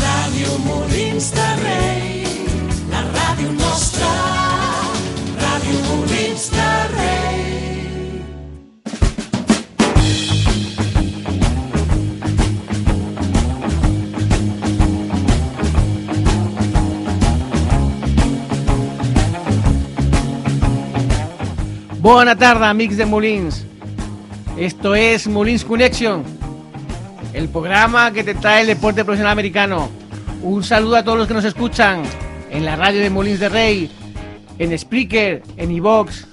Radio Molins de Rei, la ràdio nostra, Ràdio Molins de Rei. Bona tarda, amics de Molins. Esto es Molins Connection, el programa que te trae el deporte profesional americano. Un saludo a todos los que nos escuchan en la radio de Molins de Rey, en Spreaker, en Evox.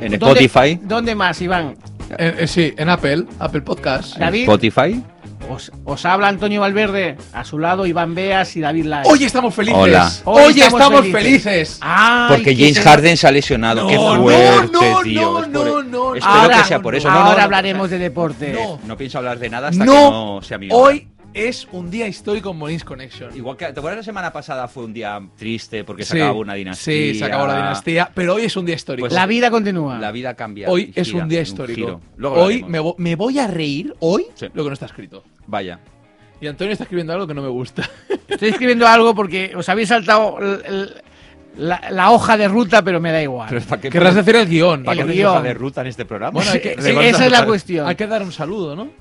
En Spotify. ¿Dónde, dónde más, Iván? En- eh, sí, en Apple, Apple Podcast. David, Spotify. os, os habla Antonio Valverde. A su lado, Iván Beas y David Lai. Hoy estamos felices. Hola. Hoy, estamos, felices. Ay, Porque qué James señor- Harden se ha lesionado. No, Ah, Qué no, fuerte, no, tío. Es no, por- no, no. Espero Ahora, que sea por eso. No, ahora no, no. hablaremos de deporte. No. No pienso hablar de nada hasta que No, no sea mi hoy es un día histórico en Molins Connection. Igual que, ¿te acuerdas la semana pasada fue un día triste porque se Sí, acabó una dinastía? Sí, se acabó la dinastía, pero hoy es un día histórico. Pues La vida continúa. La vida cambia. hoy y es gira, un día giro. histórico. Luego hoy hablaremos. me, vo- me voy a reír, hoy, Sí. lo que no está escrito. Vaya. Y Antonio está escribiendo algo que no me gusta. Estoy escribiendo algo porque os habéis saltado l- l- la, la hoja de ruta, pero me da Pero igual. es para que Querrás decir el guión. ¿Para qué el hacéis hoja guión. de ruta en este programa? Bueno, hay que- Sí, esa es la cuestión. Hay que dar un saludo, ¿no?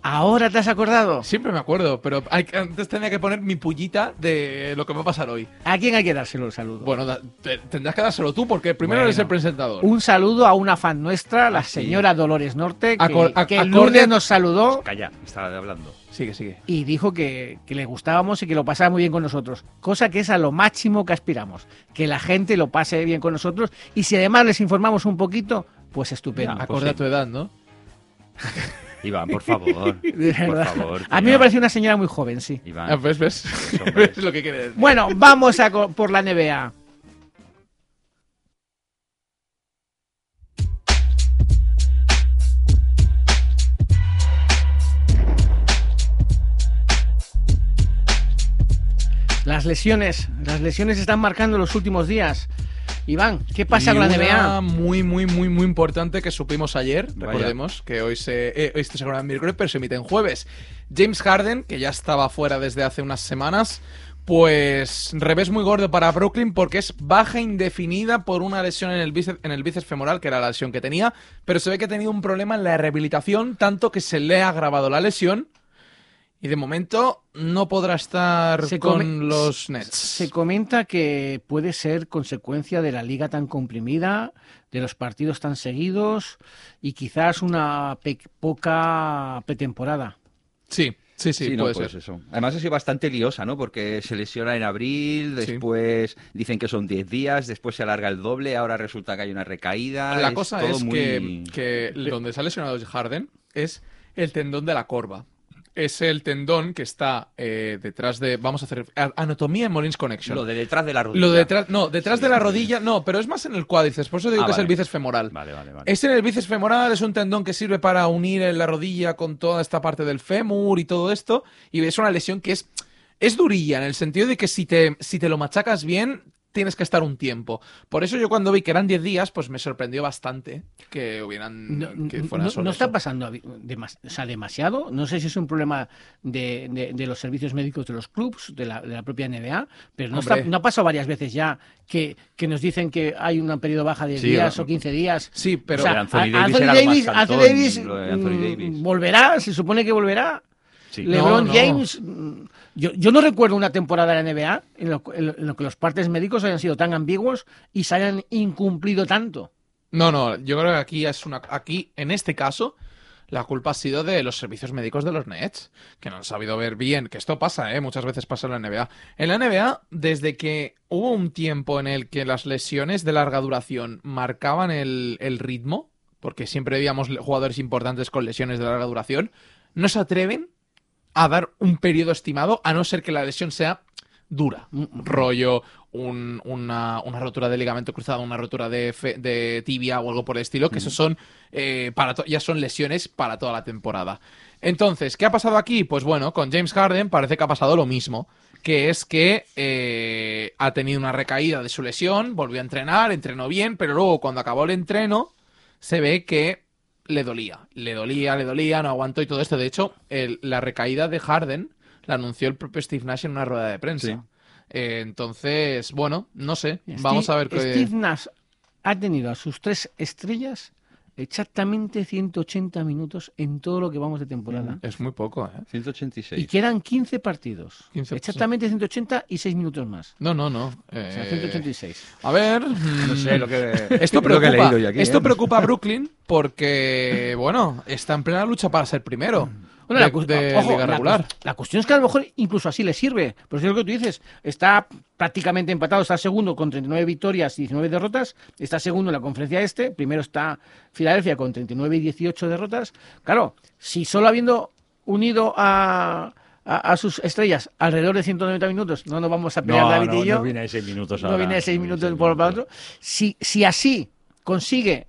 ¿Ahora te has acordado? Siempre me acuerdo, pero hay que- antes tenía que poner mi pullita de lo que va a pasar hoy. ¿A quién hay que dárselo el saludo? Bueno, da- te- tendrás que dárselo tú porque primero Bueno. eres el presentador. Un saludo a una fan nuestra, la Ah, sí. señora Dolores Norte, que, Acor- ac- que el acorde- lunes nos saludó Calla, estaba hablando. Sigue, sigue. y dijo que, que le gustábamos y que lo pasaba muy bien con nosotros. Cosa que es a lo máximo que aspiramos, que la gente lo pase bien con nosotros y si además les informamos un poquito, pues estupendo. Ya, pues Acorde a sí. tu edad, ¿no? Iván, por favor. De por verdad. favor. a mí tío. me pareció una señora muy joven, sí. Ah, Iván. ¿Ves? ¿Ves? hombre. ¿Ves lo que quiere decir? Bueno, vamos a co- por la NBA. Las lesiones, las lesiones están marcando los últimos días. Iván, ¿qué pasa Y con la una NBA? muy, muy, muy, muy importante que supimos ayer. Vaya. Recordemos que hoy se. eh, hoy esto se graba en miércoles, pero se emite en jueves. James Harden, que ya estaba fuera desde hace unas semanas. Pues revés muy gordo para Brooklyn porque es baja indefinida por una lesión en el bíceps, en el bíceps femoral, que era la lesión que tenía, pero se ve que ha tenido un problema en la rehabilitación, tanto que se le ha agravado la lesión y de momento no podrá estar Se con come- los Nets. Se comenta que puede ser consecuencia de la liga tan comprimida, de los partidos tan seguidos y quizás una pe- poca pretemporada. Sí, sí, sí, Sí, no, puede pues ser. eso. Además ha sido bastante liosa, ¿no? Porque se lesiona en abril, Sí. después dicen que son 10 días, después se alarga el doble, ahora resulta que hay una recaída. La cosa Pues todo es muy- que, que donde se ha lesionado Harden es el tendón de la corva. Es el tendón que está eh, detrás de. Vamos a hacer a- anatomía en Molins Connection. Lo de detrás de la rodilla. Lo de detrás. No, detrás Sí, de la sí. rodilla. No, pero es más en el cuádriceps. Por eso digo Ah, que es vale. el bíceps femoral. Vale, vale, vale. Es Este en el bíceps femoral, es un tendón que sirve para unir en la rodilla con toda esta parte del fémur y todo esto. Y es una lesión que es, es durilla, en el sentido de que si te, si te lo machacas bien, tienes que estar un tiempo. Por eso yo cuando vi que eran 10 días, pues me sorprendió bastante que hubieran... No, que no- fuera no- solo no está eso. pasando abi- demas- o sea, demasiado. No sé si es un problema de, de- de los servicios médicos de los clubs, de la, de la propia NBA, pero no, está- Hombre. no ha pasado varias veces ya que, que nos dicen que hay un periodo baja de 10 Sí, días o- o 15 días. Sí, O pero... sea, Lo de Anthony a- Davis Anthony era lo más Davis- cantón, Anthony Davis, lo de Anthony mm, Davis. volverá, se supone que volverá. Sí. Le- LeBron No, no. James, mm, yo, yo no recuerdo una temporada de la NBA en lo, en lo- en lo que los partes médicos hayan sido tan ambiguos y se hayan incumplido tanto. No, no, yo creo que aquí es una. Aquí, en este caso, la culpa ha sido de los servicios médicos de los Nets, que no han sabido ver bien, que esto pasa, ¿eh? Muchas veces pasa en la NBA. En la NBA, desde que hubo un tiempo en el que las lesiones de larga duración marcaban el, el ritmo, porque siempre veíamos le- jugadores importantes con lesiones de larga duración, no se atreven a dar un periodo estimado, a no ser que la lesión sea dura rollo, un- una, una rotura de ligamento cruzado, una rotura de, fe- de tibia o algo por el estilo, que esos son eh, para to- ya son lesiones para toda la temporada. Entonces, ¿qué ha pasado aquí? Pues bueno, con James Harden parece que ha pasado lo mismo, que es que eh, ha tenido una recaída de su lesión, volvió a entrenar, entrenó bien, pero luego cuando acabó el entreno se ve que le dolía, le dolía, le dolía, no aguantó y todo esto. De hecho, el- la recaída de Harden la anunció el propio Steve Nash en una rueda de prensa. Sí. Eh, entonces, bueno, no sé. Mira, Vamos Steve- a ver qué. Steve Nash ha tenido a sus tres estrellas exactamente 180 minutos en todo lo que vamos de temporada. Es muy poco, ¿eh? 186. Y quedan 15 partidos. 15, exactamente 180 y 6 minutos más. No, no, no. O sea, Eh, 186. a ver. No mm, sé, lo que, Esto lo que preocupa, he leído yo aquí. esto ¿eh? preocupa a Brooklyn porque, bueno, está en plena lucha para ser primero Mm. Bueno, de, cu- de ojo, liga la regular. cu- La, cuestión es que a lo mejor incluso así le sirve. Pero si es lo que tú dices, está prácticamente empatado, está segundo con 39 victorias y 19 derrotas, está segundo en la conferencia este, primero está Filadelfia con 39 y 18 derrotas. Claro, si solo habiendo unido a, a, a sus estrellas alrededor de 190 minutos, no nos vamos a pelear No, David no, y yo. no viene de seis minutos no ahora, viene de seis no viene de minutos seis por para minutos. otro. Si, si así consigue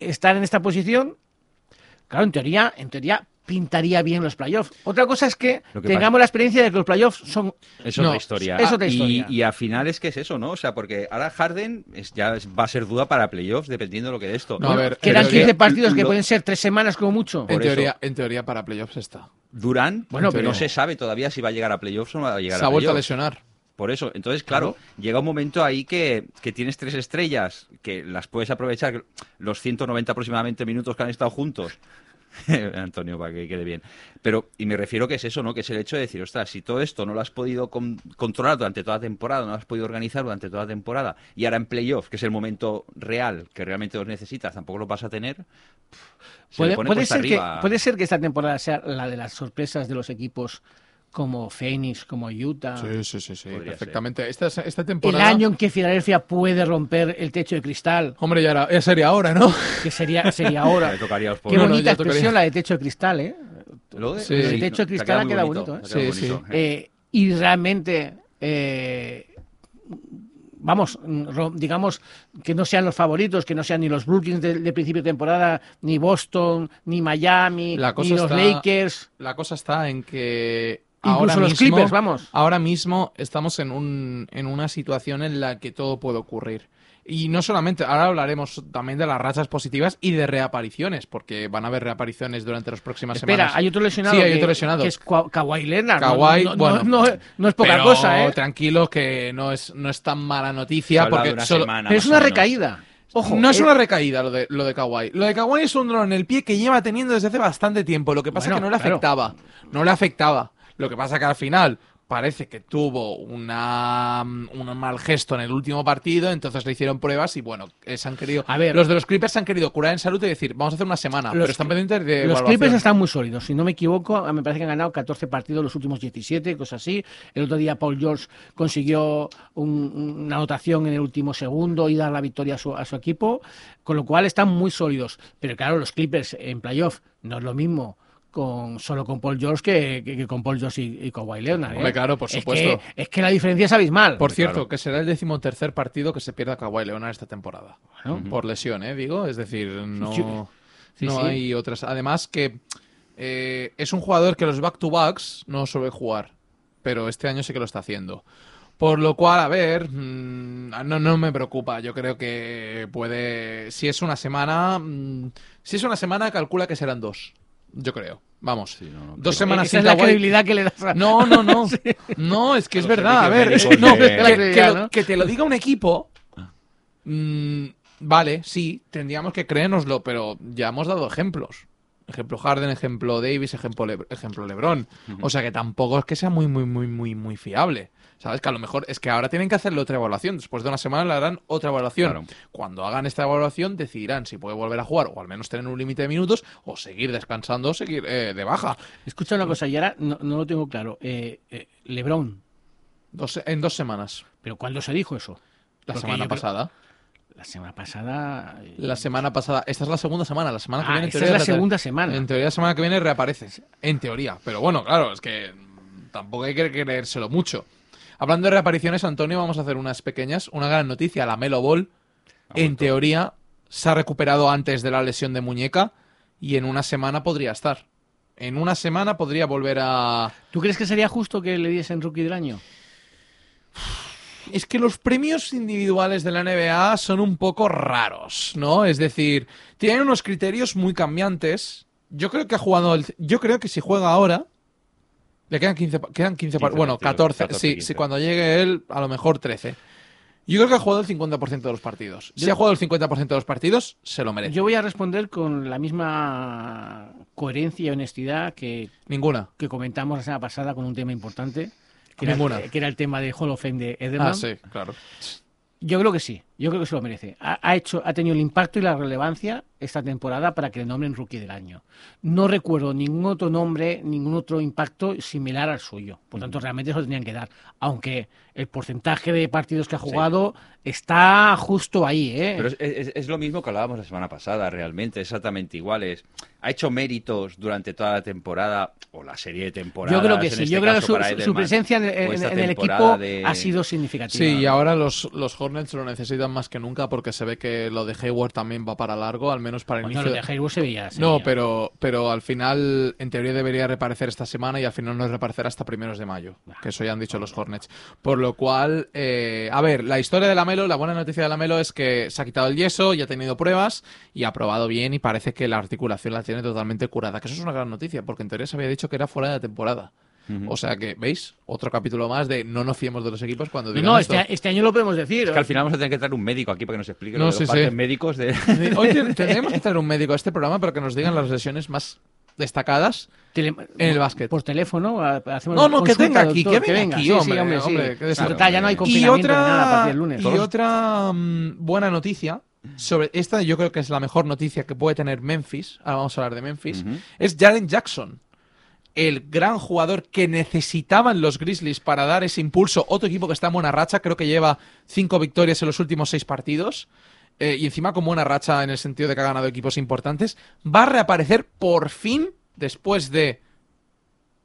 estar en esta posición, claro, en teoría, en teoría pintaría bien los playoffs. Otra cosa es que, Lo que tengamos la experiencia de que los playoffs son Es No, otra historia. es Ah, otra y- historia. Y, a finales que es eso, ¿no? O sea, porque ahora Harden es- ya es- va a ser duda para playoffs, dependiendo de lo que de esto. No, a ver, que pero eran es 15 que partidos que lo- pueden ser tres semanas como mucho. En por eso. teoría, en teoría para playoffs está. Durán, Bueno, bueno, pero- pero no se sabe todavía si va a llegar a playoffs o no va a llegar Se ha a vuelto a playoffs. lesionar. Por eso, entonces, claro, llega un momento ahí que, que tienes tres estrellas, que las puedes aprovechar los 190 aproximadamente minutos que han estado juntos. Antonio, para que quede bien. Pero, y me refiero que es eso, ¿no? Que es el hecho de decir, ostras, si todo esto no lo has podido con- controlar durante toda la temporada, no lo has podido organizar durante toda la temporada, y ahora en playoff, que es el momento real que realmente los necesitas, tampoco lo vas a tener, pff, se Puede, le pone puede cuesta ser que, arriba. puede ser que esta temporada sea la de las sorpresas de los equipos como Phoenix, como Utah. sí, sí, sí. Ah. Podría Perfectamente. Esta, esta El temporada. año en que Filadelfia puede romper el techo de cristal, Hombre, ya, era- ya sería ahora, ¿no? que sería, sería Ya ahora. le tocaría a los Qué No, pobres. no, bonita ya tocaría. expresión la de techo de cristal, ¿eh? Lo de- Sí. techo El de te ha cristal ha muy quedado bonito, te ha ¿eh? quedado Sí, bonito. Eh, y realmente, eh, vamos, mm, ro- digamos que no sean los favoritos, que no sean ni los Brookings de, de principio de temporada, ni Boston, ni Miami, La cosa ni los está- Lakers, La cosa está en que. incluso ahora los mismo, Clippers, vamos. Ahora mismo estamos en, un, en una situación en la que todo puede ocurrir. Y no solamente, ahora hablaremos también de las rachas positivas y de reapariciones, porque van a haber reapariciones durante las próximas Espera, semanas. hay otro lesionado. Sí, hay que- otro lesionado. Que es Kawhi Kawhi Leonard. No- Kawhi, no, no- bueno. no- no es poca Pero cosa, ¿eh? tranquilos que no es, no es tan mala Se noticia ha hablado porque de una solo- semana, Pero es más o una menos. recaída. Ojo, no es eh, una recaída lo de, lo de Kawhi. Lo de Kawhi es un dolor en el pie que lleva teniendo desde hace bastante tiempo. Lo que pasa es que Bueno, no le claro. afectaba. No le afectaba. Lo que pasa que al final parece que tuvo una, mm, un mal gesto en el último partido. Entonces le hicieron pruebas y bueno, eh, se han querido. A ver. los de los Clippers se han querido curar en salud y decir, vamos a hacer una semana. Los pero están pendientes de. Los Eh, evaluación. Clippers están muy sólidos, si no me equivoco, ah, me parece que han ganado 14 partidos los últimos 17, cosas así. El otro día Paul George consiguió un- una anotación en el último segundo y dar la victoria a su, a su equipo, con lo cual están muy sólidos. Pero claro, los Clippers en playoff no es lo mismo con solo con Paul George que, que- que con Paul George y, y Kawhi Leonard. ¿eh? Hombre, claro, por Es que- supuesto. Es que, la diferencia es abismal. Por cierto, claro. que será el decimotercer partido que se pierda Kawhi Leonard esta temporada. Bueno. Por lesión, ¿eh? Digo, es decir, no, Yo- Sí, no sí. hay otras. Además que eh, es un jugador que los back-to-backs no suele jugar, pero este año sí que lo está haciendo. Por lo cual, a ver, mm, no, no me preocupa. Yo creo que puede. Si es una semana. mm, si es una semana, calcula que serán dos. Yo creo. Vamos. Sí, no, no, dos creo. semanas E- Esa sin es la Kawhi. credibilidad que le das a... No, no, no. No, es que es Los verdad. A ver, servicios es- no, médicos que, de- que Ya, lo- ¿no? que te lo diga un equipo. mm, vale, sí, tendríamos que creérnoslo, pero ya hemos dado ejemplos. Ejemplo Harden, ejemplo Davis, ejemplo, Lebr- ejemplo LeBron. O sea que tampoco es que sea muy, muy, muy, muy, muy fiable. ¿Sabes? Que a lo mejor es que ahora tienen que hacerle otra evaluación. Después de una semana le harán otra evaluación. Claro. Cuando hagan esta evaluación decidirán si puede volver a jugar o al menos tener un límite de minutos o seguir descansando o seguir eh, de baja. Escucha una cosa, y ahora no, no lo tengo claro. Eh, eh, Lebron, Dos- en dos semanas. ¿pero cuándo se dijo eso? La Porque semana yo creo- pasada. La semana pasada. eh, La semana pasada. Esta es la segunda semana. La semana que Ah, viene. en esta teoría, es la segunda semana. En teoría, la semana que viene reaparece. En teoría. Pero bueno, claro, es que mm, tampoco hay que creérselo mucho. Hablando de reapariciones, Antonio, vamos a hacer unas pequeñas. Una gran noticia: la Melo Ball, en teoría, se ha recuperado antes de la lesión de muñeca y en una semana podría estar. En una semana podría volver a. ¿Tú crees que sería justo que le diesen rookie del año? Es que los premios individuales de la NBA son un poco raros, ¿no? Es decir, tienen unos criterios muy cambiantes. Yo creo que ha jugado, el- yo creo que si juega ahora, Le quedan 15, pa- quedan 15 par- 15 Bueno, partidos, 14. 14, sí, 15. sí, cuando llegue él, a lo mejor 13. Yo creo que ha jugado el 50% de los partidos. Si ha jugado el 50% de los partidos, se lo merece. Yo voy a responder con la misma coherencia y honestidad que, Ninguna. que comentamos la semana pasada con un tema importante, que, Ninguna. Era, que era el tema de Hall of Fame de Edelman. Ah, sí, claro. Yo creo que sí, yo creo que se lo merece. Ha, ha hecho, ha tenido el impacto y la relevancia esta temporada para que le nombren rookie del año. No recuerdo ningún otro nombre, ningún otro impacto similar al suyo. Por tanto, realmente eso tenían que dar. Aunque el porcentaje de partidos que ha jugado está justo ahí, ¿eh? Pero es, es- es lo mismo que hablábamos la semana pasada, realmente, exactamente igual. Es, ha hecho méritos durante toda la temporada o la serie de temporadas. yo creo que en sí, este yo creo que caso su, para su- su Edelman, presencia en, o en- esta en el temporada equipo de- ha sido significativa. Sí, y ahora los, los Hornets lo necesitan más que nunca porque se ve que lo de Hayward también va para largo, al menos para el Bueno, inicio. lo de Hayward se veía. ¿eh? se No, veía. pero, pero al final, en teoría debería reparecer esta semana y al final no reparecerá hasta primeros de mayo, Ah. que eso ya han dicho los Hornets. Por lo cual, eh, a ver, la historia de Lamelo, la buena noticia de Lamelo es que se ha quitado el yeso, ya ha tenido pruebas y ha probado bien y parece que la articulación la tiene totalmente curada, que eso es una gran noticia, porque en teoría se había dicho que era fuera de la temporada. O sea que, ¿veis? Otro capítulo más de no nos fiemos de los equipos cuando No, digan no, esto. este, este año lo podemos decir. Es que al final vamos a tener que traer un médico aquí para que nos explique No, los sí, partes sí. médicos de. Hoy te- tendríamos que traer un médico a este programa para que nos digan las lesiones más destacadas Tele- en el básquet. por teléfono ha- hacemos No, no, que consulta, tenga aquí, doctor, que venga aquí, Sí, sí, hombre, sí. hombre, qué desastre. Total, ya no hay Y Y confinamiento ni nada a otra, partir del lunes. y otra mm, buena noticia sobre esta, yo creo que es la mejor noticia que puede tener Memphis. Ahora vamos a hablar de Memphis. Ujú. Es Jaren Jackson, el gran jugador que necesitaban los Grizzlies para dar ese impulso. Otro equipo que está en buena racha, creo que lleva cinco victorias en los últimos seis partidos. eh, y encima con buena racha en el sentido de que ha ganado equipos importantes. Va a reaparecer por fin después de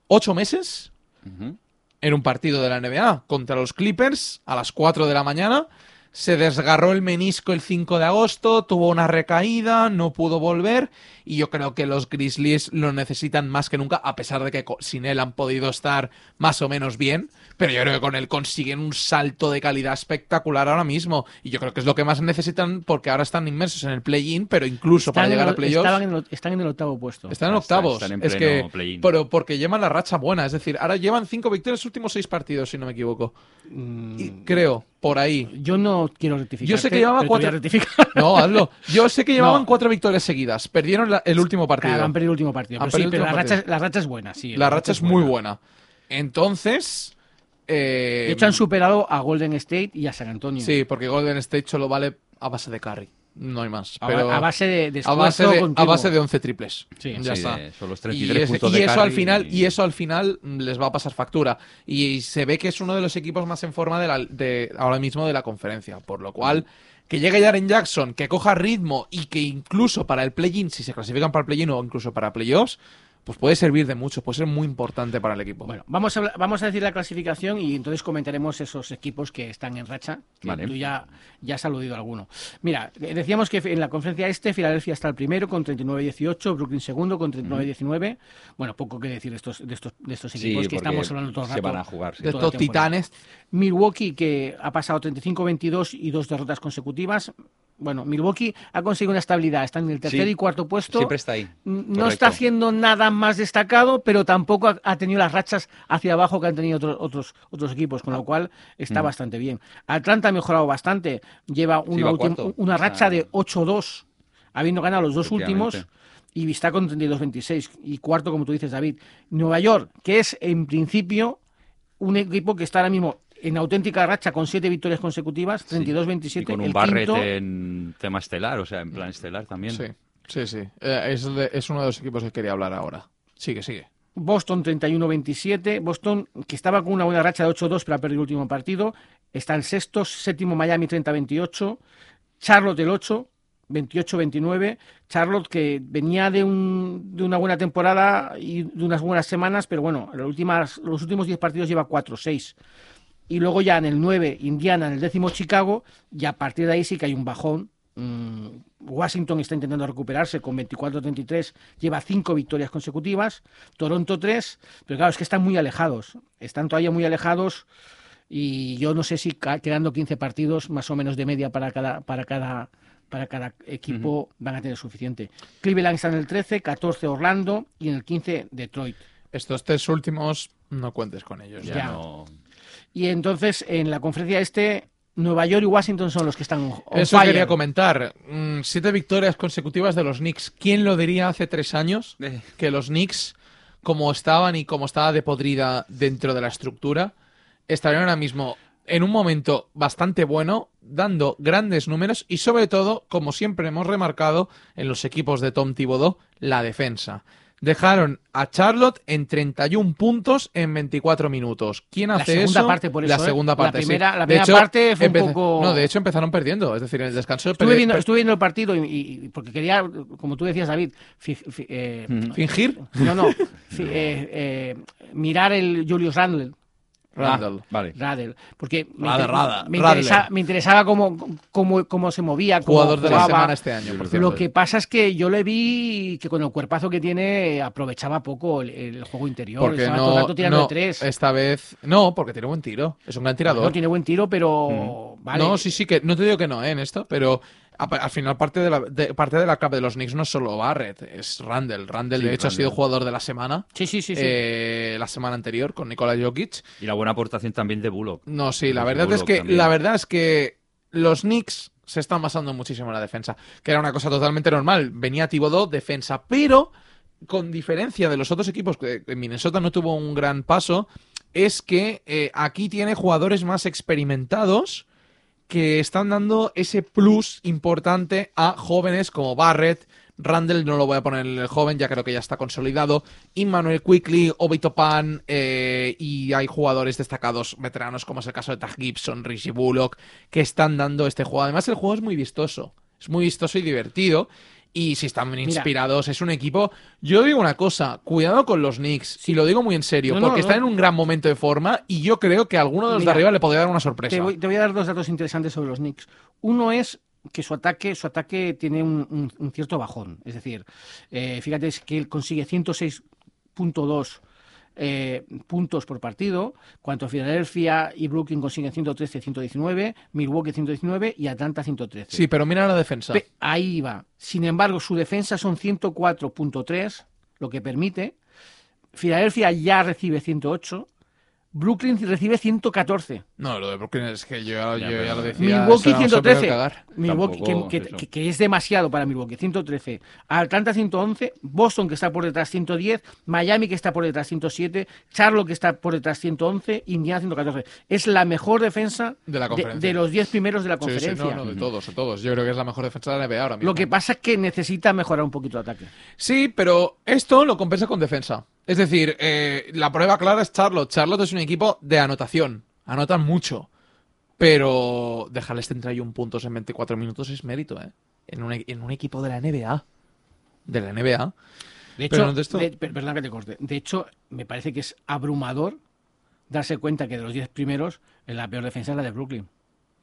ocho meses Ujú. en un partido de la NBA contra los Clippers a las 4 de la mañana. Se desgarró el menisco el 5 de agosto, tuvo una recaída, no pudo volver y yo creo que los Grizzlies lo necesitan más que nunca, a pesar de que co- sin él han podido estar más o menos bien, pero yo creo que con él consiguen un salto de calidad espectacular ahora mismo y yo creo que es lo que más necesitan porque ahora están inmersos en el play-in, pero incluso para Están en llegar el- a playoffs... estaban en el- están en el octavo puesto. Están en Está- octavos. están en es pleno que, play-in. pero porque llevan la racha buena. Es decir, ahora llevan cinco victorias en los últimos seis partidos, si no me equivoco. Mm, Y creo, por ahí. Yo no quiero rectificar. Yo sé que llevaba cuatro- No, hazlo. Yo sé que llevaban No. cuatro victorias seguidas. Perdieron la- el último partido. han perdido el último partido. Han Pero sí, perdido el pero la último racha, partido. la racha es buena. Sí, la racha es muy buena. Entonces. eh, mm, De hecho, han superado a Golden State y a San Antonio. Sí, porque Golden State solo vale a base de carry. No hay más. A, Pero a base de, de a base esfuerzo de- a continuo. base de 11 triples. Sí. ya Sí, está. de- son los Y, 33 ese- puntos y de eso carry al final y- y eso al final mm, les va a pasar factura y se ve que es uno de los equipos más en forma de, la- de ahora mismo de la conferencia por lo cual que llegue Jaren Jackson que coja ritmo y que incluso para el play-in si se clasifican para el play-in o incluso para playoffs pues puede servir de mucho puede ser muy importante para el equipo Bueno, vamos a, hablar- vamos a decir la clasificación y entonces comentaremos esos equipos que están en racha. que Vale. Tú ya, ya has aludido a alguno. Mira, eh, decíamos que en la conferencia este, Filadelfia está el primero con 39-18, Brooklyn segundo con 39-19. Bueno, poco que decir de estos, de estos, de estos Sí, equipos que porque estamos hablando todo el se rato. van a jugar, sí. de toda estos la temporada. titanes Milwaukee, que ha pasado 35-22 y dos derrotas consecutivas. Bueno, Milwaukee ha conseguido una estabilidad. Está en el tercer Sí. y cuarto puesto. Siempre está ahí. N- No Correcto. está haciendo nada más destacado, pero tampoco ha, ha tenido las rachas hacia abajo que han tenido otros, otros, otros equipos, con lo cual Mm. está bastante bien. Atlanta ha mejorado bastante, lleva una, va última- cuarto. una Está- racha de 8-2, habiendo ganado los dos Efectivamente. últimos y está con 32-26 y cuarto, como tú dices, David. Nueva York, que es en principio un equipo que está ahora mismo en auténtica racha con siete victorias consecutivas, 32-27, Y con el un barrete quinto, en tema estelar, o sea, en plan estelar también. sí sí sí Eh, es, de- es uno de los equipos que quería hablar ahora sigue sigue Boston 31-27. Boston, que estaba con una buena racha de 8-2, pero ha perdido el último partido. Está en sexto, séptimo Miami 30-28. Charlotte el 8, 28-29. Charlotte que venía de, un- de una buena temporada y de unas buenas semanas, pero bueno, las últimas, los últimos 10 partidos lleva 4-6. Y luego ya en el 9, Indiana, en el décimo Chicago, y a partir de ahí sí que hay un bajón. Mm, Washington está intentando recuperarse con 24-33, lleva cinco victorias consecutivas, Toronto 3, pero claro, es que están muy alejados, están todavía muy alejados y yo no sé si ca- quedando 15 partidos más o menos de media para cada, para cada, para cada equipo van a tener suficiente. Cleveland está en el 13, 14 Orlando y en el 15 Detroit. estos tres últimos No cuentes con ellos. Ya, Ya. no. Y entonces, en la conferencia este, Nueva York y Washington son los que están on Eso fire. quería comentar. Mm, siete victorias consecutivas de los Knicks. ¿Quién lo diría hace tres años Eh, que los Knicks, como estaban y como estaba de podrida dentro de la estructura, estarían ahora mismo en un momento bastante bueno, dando grandes números y sobre todo, como siempre hemos remarcado en los equipos de Tom Thibodeau, la defensa. Dejaron a Charlotte en 31 puntos en 24 minutos. ¿Quién La hace segunda eso? parte, por eso, La ¿eh? segunda La parte, sí. primera- la De primera hecho, parte fue un poco- No, de hecho empezaron perdiendo. Es decir, en el descanso... Estuve perdi- viendo, per- estuve viendo el partido y, y- y porque quería, como tú decías, David, fi- fi- eh, Mm. ¿Fingir? no, no, fi- eh, eh, mirar el Julius Randle. Randall. ah, Vale. Radel, porque me, Rada, inter- rada, me Radler. interesa- me interesaba cómo, cómo, cómo se movía, cómo Jugador de la jugaba. semana este año, por cierto. Lo que pasa es que yo le vi que con el cuerpazo que tiene aprovechaba poco el, el juego interior. Porque estaba todo el no, rato tirando de no, tres. esta vez no, porque tiene buen tiro, es un gran tirador. Mm. No tiene buen tiro, pero vale. No, sí, sí, que no te digo que no ¿eh? en esto, pero a- al final parte de, la, de- parte de la clave de los Knicks no es solo Barrett, es Randall. Randall, Sí, de hecho, ha Randle. sido jugador de la semana, sí, sí, sí, sí. eh, la semana anterior con Nikola Jokic. Y la buena aportación también de Bullock. No, sí, la Y verdad es Bullock que también. la verdad es que los Knicks se están basando muchísimo en la defensa, que era una cosa totalmente normal. Venía Thibodeau, defensa, pero con diferencia de los otros equipos que que Minnesota no tuvo un gran paso, es que eh, aquí tiene jugadores más experimentados que están dando ese plus importante a jóvenes como Barrett, Randall, no lo voy a poner en el joven, ya creo que ya está consolidado, Immanuel Quickly, Obito Pan, eh, y hay jugadores destacados veteranos, como es el caso de Taj Gibson, Richie Bullock, que están dando este juego. Además, el juego es muy vistoso, es muy vistoso y divertido. Y si están inspirados, es un equipo. Yo digo una cosa, cuidado con los Knicks, y lo digo muy en serio, No, no, porque no. están en un gran momento de forma y yo creo que a alguno de los Mira, de arriba le podría dar una sorpresa. Te voy, te voy a dar dos datos interesantes sobre los Knicks. Uno es que su ataque, su ataque tiene un, un- un cierto bajón. Es decir, eh, fíjate es que él consigue 106.2 eh, puntos por partido, cuanto a Filadelfia y Brooklyn consiguen 113, 119, Milwaukee 119 y Atlanta 113. Sí, pero mira la defensa. Pe- Ahí va. Sin embargo, su defensa son 104.3, lo que permite. Filadelfia ya recibe 108. Brooklyn recibe 114. No, lo de Brooklyn es que yo, ya- Ya, yo pero- ya lo decía. Milwaukee eso no se puede 113. cagar. Milwaukee, que, Tampoco que- es eso. que- que es demasiado para Milwaukee, 113. Atlanta 111, Boston que está por detrás 110, Miami que está por detrás 107, Charlotte que está por detrás 111, Indiana 114. Es la mejor defensa De la conferencia. de los 10 primeros de la Sí, sí, conferencia. no, no, de todos, de todos. Yo creo que es la mejor defensa de la NBA ahora mismo. Lo que pasa es que necesita mejorar un poquito el ataque. Sí, pero esto lo compensa con defensa. Es decir, eh, la prueba clara es Charlotte. Charlotte es un equipo de anotación. Anotan mucho. Pero dejarles 31 puntos en 24 minutos es mérito, ¿eh? En un, e- en un equipo de la NBA. De la NBA. De Pero hecho, no de esto- de- per- perdona que te corte. De hecho, me parece que es abrumador darse cuenta que de los 10 primeros, la peor defensa es la de Brooklyn.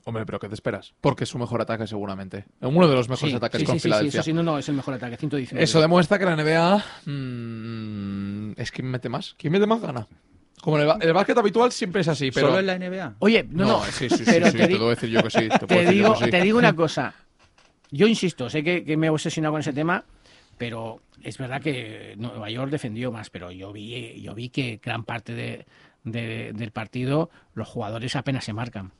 Hombre, pero ¿qué te esperas? Porque es su mejor ataque seguramente. Uno de los mejores ataques con Filadelfia. eso sí, no, no, es el mejor ataque, 119. Eso demuestra que la NBA mm, es quien mete más. Quien mete más gana. Como en el, ba- el básquet habitual siempre es así, pero. ¿Solo en la NBA? Oye, no, no, sí, sí, sí, pero sí, te te, di- puedo decir yo que sí. Te, puedo te, decir yo digo, que sí. te digo una cosa. Yo insisto, sé que, que me he obsesionado con ese tema, pero es verdad que Nueva York defendió más, pero yo vi, yo vi que gran parte de- de- del partido los jugadores apenas se marcan.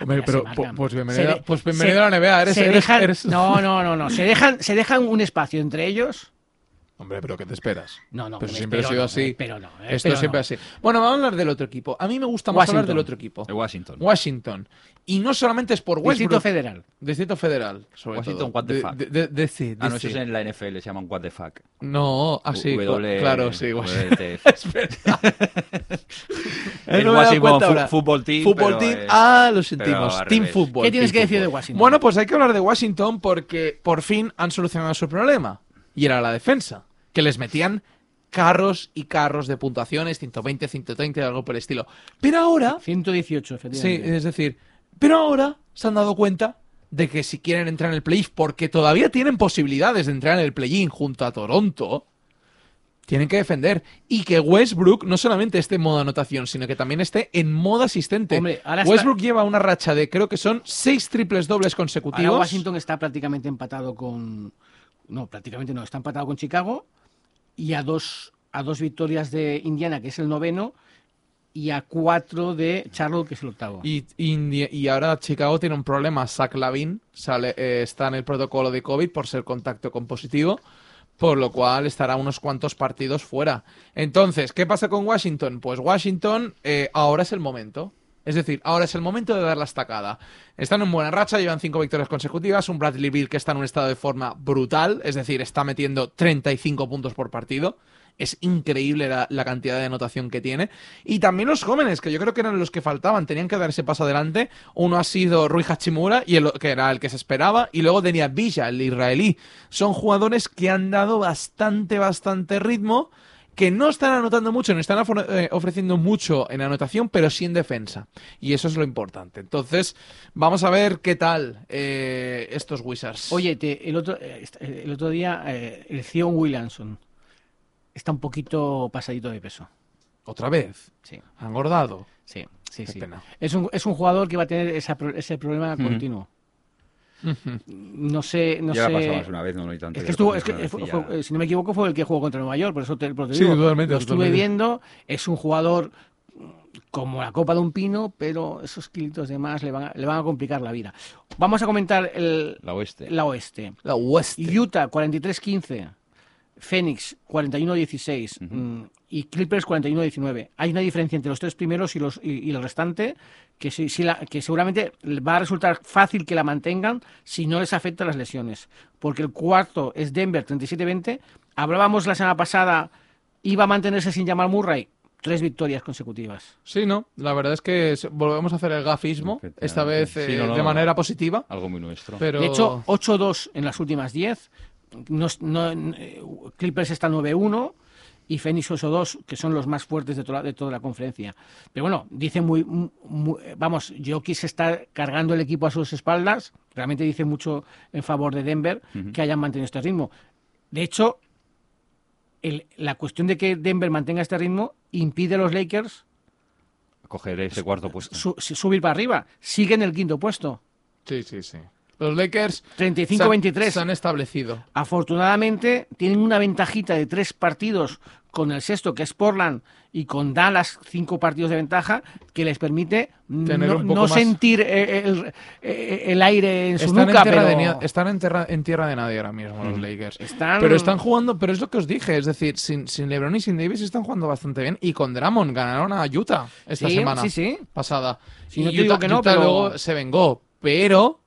Hombre, Apenas pero se marcan. pu- pues Se bienvenido, de- pues bienvenido se- a la NBA. Eres, se eres- dejan- eres- No, no, no, no. Se dejan, se dejan un espacio entre ellos. Hombre, pero ¿qué te esperas? No, no. Pero me siempre ha espero sido no, así. me espero no, me Esto espero siempre no. así. Bueno, vamos a hablar del otro equipo. A mí me gusta más hablar Washington. del otro equipo. El Washington. Washington. Y no solamente es por Distrito Westbrook. Federal. Distrito Federal, sobre Washington, todo. what the De- fuck. de- de- de- de- Ah, no, eso es de- en la NFL, se llaman What the Fuck. No, Ah, así. W- claro, sí, Washington. WTF. Eh, El no me he dado Washington cuenta fu- ahora. Fútbol Team, Fútbol pero Team. es- Ah, lo pero sentimos. al Team revés. Fútbol. ¿Qué tienes Team que decir de fútbol. Washington? Bueno, pues hay que hablar de Washington porque por fin han solucionado su problema. Y era la defensa. Que les metían carros y carros de puntuaciones, 120, 130, algo por el estilo. Pero ahora 118, Sí, efectivamente. es decir, pero ahora se han dado cuenta de que si quieren entrar en el play-in, porque todavía tienen posibilidades de entrar en el play-in junto a Toronto, tienen que defender. Y que Westbrook no solamente esté en modo anotación, sino que también esté en modo asistente. Hombre, ahora está- Westbrook lleva una racha de, creo que son seis triples dobles Ahora consecutivos. Washington está prácticamente empatado con. No, prácticamente no, está empatado con Chicago y a dos, a dos victorias de Indiana, que es el noveno, y a cuatro de Charlotte, que es el octavo. Y, Indi- y ahora Chicago tiene un problema. Zach Lavin sale, eh, está en el protocolo de COVID por ser contacto con positivo, por lo cual estará unos cuantos partidos fuera. Entonces, ¿qué pasa con Washington? Pues Washington eh, ahora es el momento. Es decir, ahora es el momento de dar la estacada. Están en buena racha, llevan cinco victorias consecutivas, un Bradley Bill que está en un estado de forma brutal, es decir, está metiendo 35 puntos por partido. Es increíble la, la cantidad de anotación que tiene. Y también los jóvenes, que yo creo que eran los que faltaban, tenían que dar ese paso adelante. Uno ha sido Rui Hachimura, y el, que era el que se esperaba, y luego tenía Villa, el israelí. Son jugadores que han dado bastante, bastante ritmo, que no están anotando mucho, no están afor- eh, ofreciendo mucho en anotación, pero sí en defensa. Y eso es lo importante. Entonces, vamos a ver qué tal eh, estos Wizards. Oye, te- el, otro, eh, est- eh, el otro día, eh, el Zion Williamson está un poquito pasadito de peso. otra vez. Sí, Han engordado. sí, sí. Qué sí. pena. Es, un, es un jugador que va a tener esa pro- ese problema Ujú. continuo. Ujú. No sé, no ya sé. me ha pasado más una vez, no lo hay tanto. Es ya que estuvo, lo es que conozco fue- desde hace fue- ya- eh, si no me equivoco, fue el que jugó contra Nueva York, por eso te, por eso te Sí, digo. totalmente, Lo estuve totalmente. viendo, es un jugador mm, como la copa de un pino, pero esos kilitos de más le van, a, le van a complicar la vida. Vamos a comentar el, La oeste. la oeste. La West. Utah 43-15, Phoenix 41-16 Ujú. mm, y Clippers 41-19. Hay una diferencia entre los tres primeros y, los, y, y el restante que, sí- sí la- que seguramente va a resultar fácil que la mantengan si no les afectan las lesiones. Porque el cuarto es Denver 37-20. Hablábamos la semana pasada, iba a mantenerse sin llamar Murray. Tres victorias consecutivas. Sí, no, la verdad es que es- volvemos a hacer el gafismo, Efectivamente. esta vez eh, Sí, no, no, de no. manera positiva, Algo muy nuestro. pero... De hecho, 8-2 en las últimas 10. No es- no- eh, Clippers está 9-1 y Phoenix 8-2, que son los más fuertes de toda, de toda la conferencia. Pero bueno, dice muy, muy- Vamos, Jokic se está cargando el equipo a sus espaldas. Realmente dice mucho en favor de Denver que hayan mantenido este ritmo. De hecho, el- la cuestión de que Denver mantenga este ritmo impide a los Lakers Coger ese cuarto puesto. su- subir para arriba. Siguen en el quinto puesto. Sí, sí, sí. Los Lakers se han- 35-23. se han establecido. Afortunadamente tienen una ventajita de tres partidos con el sexto, que es Portland, y con Dallas cinco partidos de ventaja, que les permite Tener no, un poco no más. sentir eh, el, eh, el aire en su Están, nuca, en tierra, pero de, ni- están en, tierra, en tierra de nadie ahora mismo Mm. los Lakers. están- Pero están jugando, pero es lo que os dije, es decir, sin, sin LeBron y sin Davis están jugando bastante bien y con Dramon ganaron a Utah esta Sí, semana sí, sí. pasada. Sí, y no te Utah, digo que no, Utah pero- luego se vengó, pero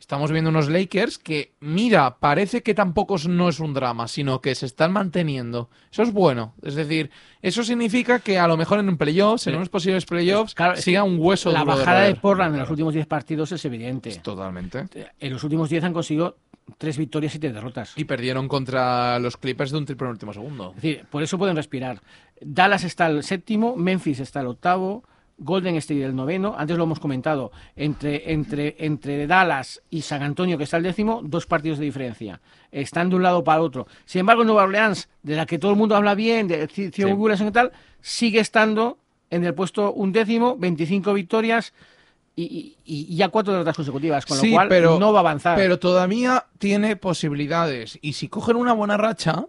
estamos viendo unos Lakers que, mira, parece que tampoco es- no es un drama, sino que se están manteniendo. Eso es bueno, es decir, eso significa que a lo mejor en un playoffs, en Pero- unos posibles playoffs, Claro, es siga que un hueso La duro de bajada de, roer. Portland en los últimos diez partidos es evidente. Totalmente. En los últimos diez han conseguido tres victorias y tres derrotas. Y perdieron contra los Clippers de un triple en el último segundo. Es decir, por eso pueden respirar. Dallas está el séptimo, Memphis está el octavo, Golden State el noveno. Antes lo hemos comentado, entre, entre, entre Dallas y San Antonio, que está el décimo, dos partidos de diferencia. Están de un lado para otro. Sin embargo, Nueva Orleans, de la que todo el mundo habla bien, de Zion Williamson y tal, sigue estando en el puesto undécimo, 25 victorias y, y- y ya cuatro derrotas consecutivas, con Sí, lo cual pero- no va a avanzar. Pero todavía tiene posibilidades. Y si cogen una buena racha,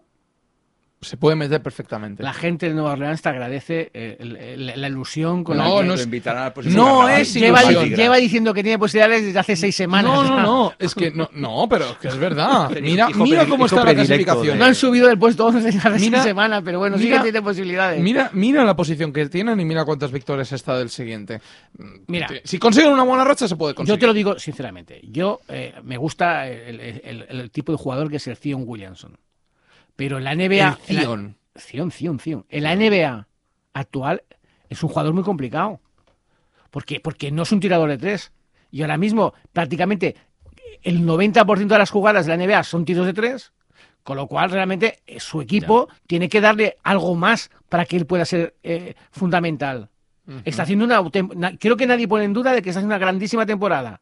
se puede meter perfectamente. la gente de Nueva Orleans te agradece eh, el- el- la ilusión con No, la que Lo no es- invitarán a la no carnaval. es lleva, ilusión. di- lleva diciendo que tiene posibilidades desde hace seis semanas. no, no, no. Es que no, no, pero es que es verdad. Mira, Hijo mira predi- cómo hijo está la predilecto de- No clasificación. han subido del puesto 11 desde hace Mira- seis semanas, pero bueno, sí mira- que tiene posibilidades. Mira, mira la posición que tienen y mira cuántas victorias está del siguiente. Mira. Si consiguen una buena racha, se puede conseguir. yo te lo digo sinceramente. Yo eh, me gusta el, el- el- el tipo de jugador que es el Zion Williamson. Pero en la NBA. El en la- Zion. Zion, Zion, Zion. En la NBA actual es un jugador muy complicado. ¿Por qué? Porque no es un tirador de tres. Y ahora mismo prácticamente el 90% de las jugadas de la NBA son tiros de tres. Con lo cual realmente eh, su equipo tiene que darle algo más para que él pueda ser eh, fundamental. Ujú. Está haciendo una... autem- na- Creo que nadie pone en duda de que está haciendo una grandísima temporada.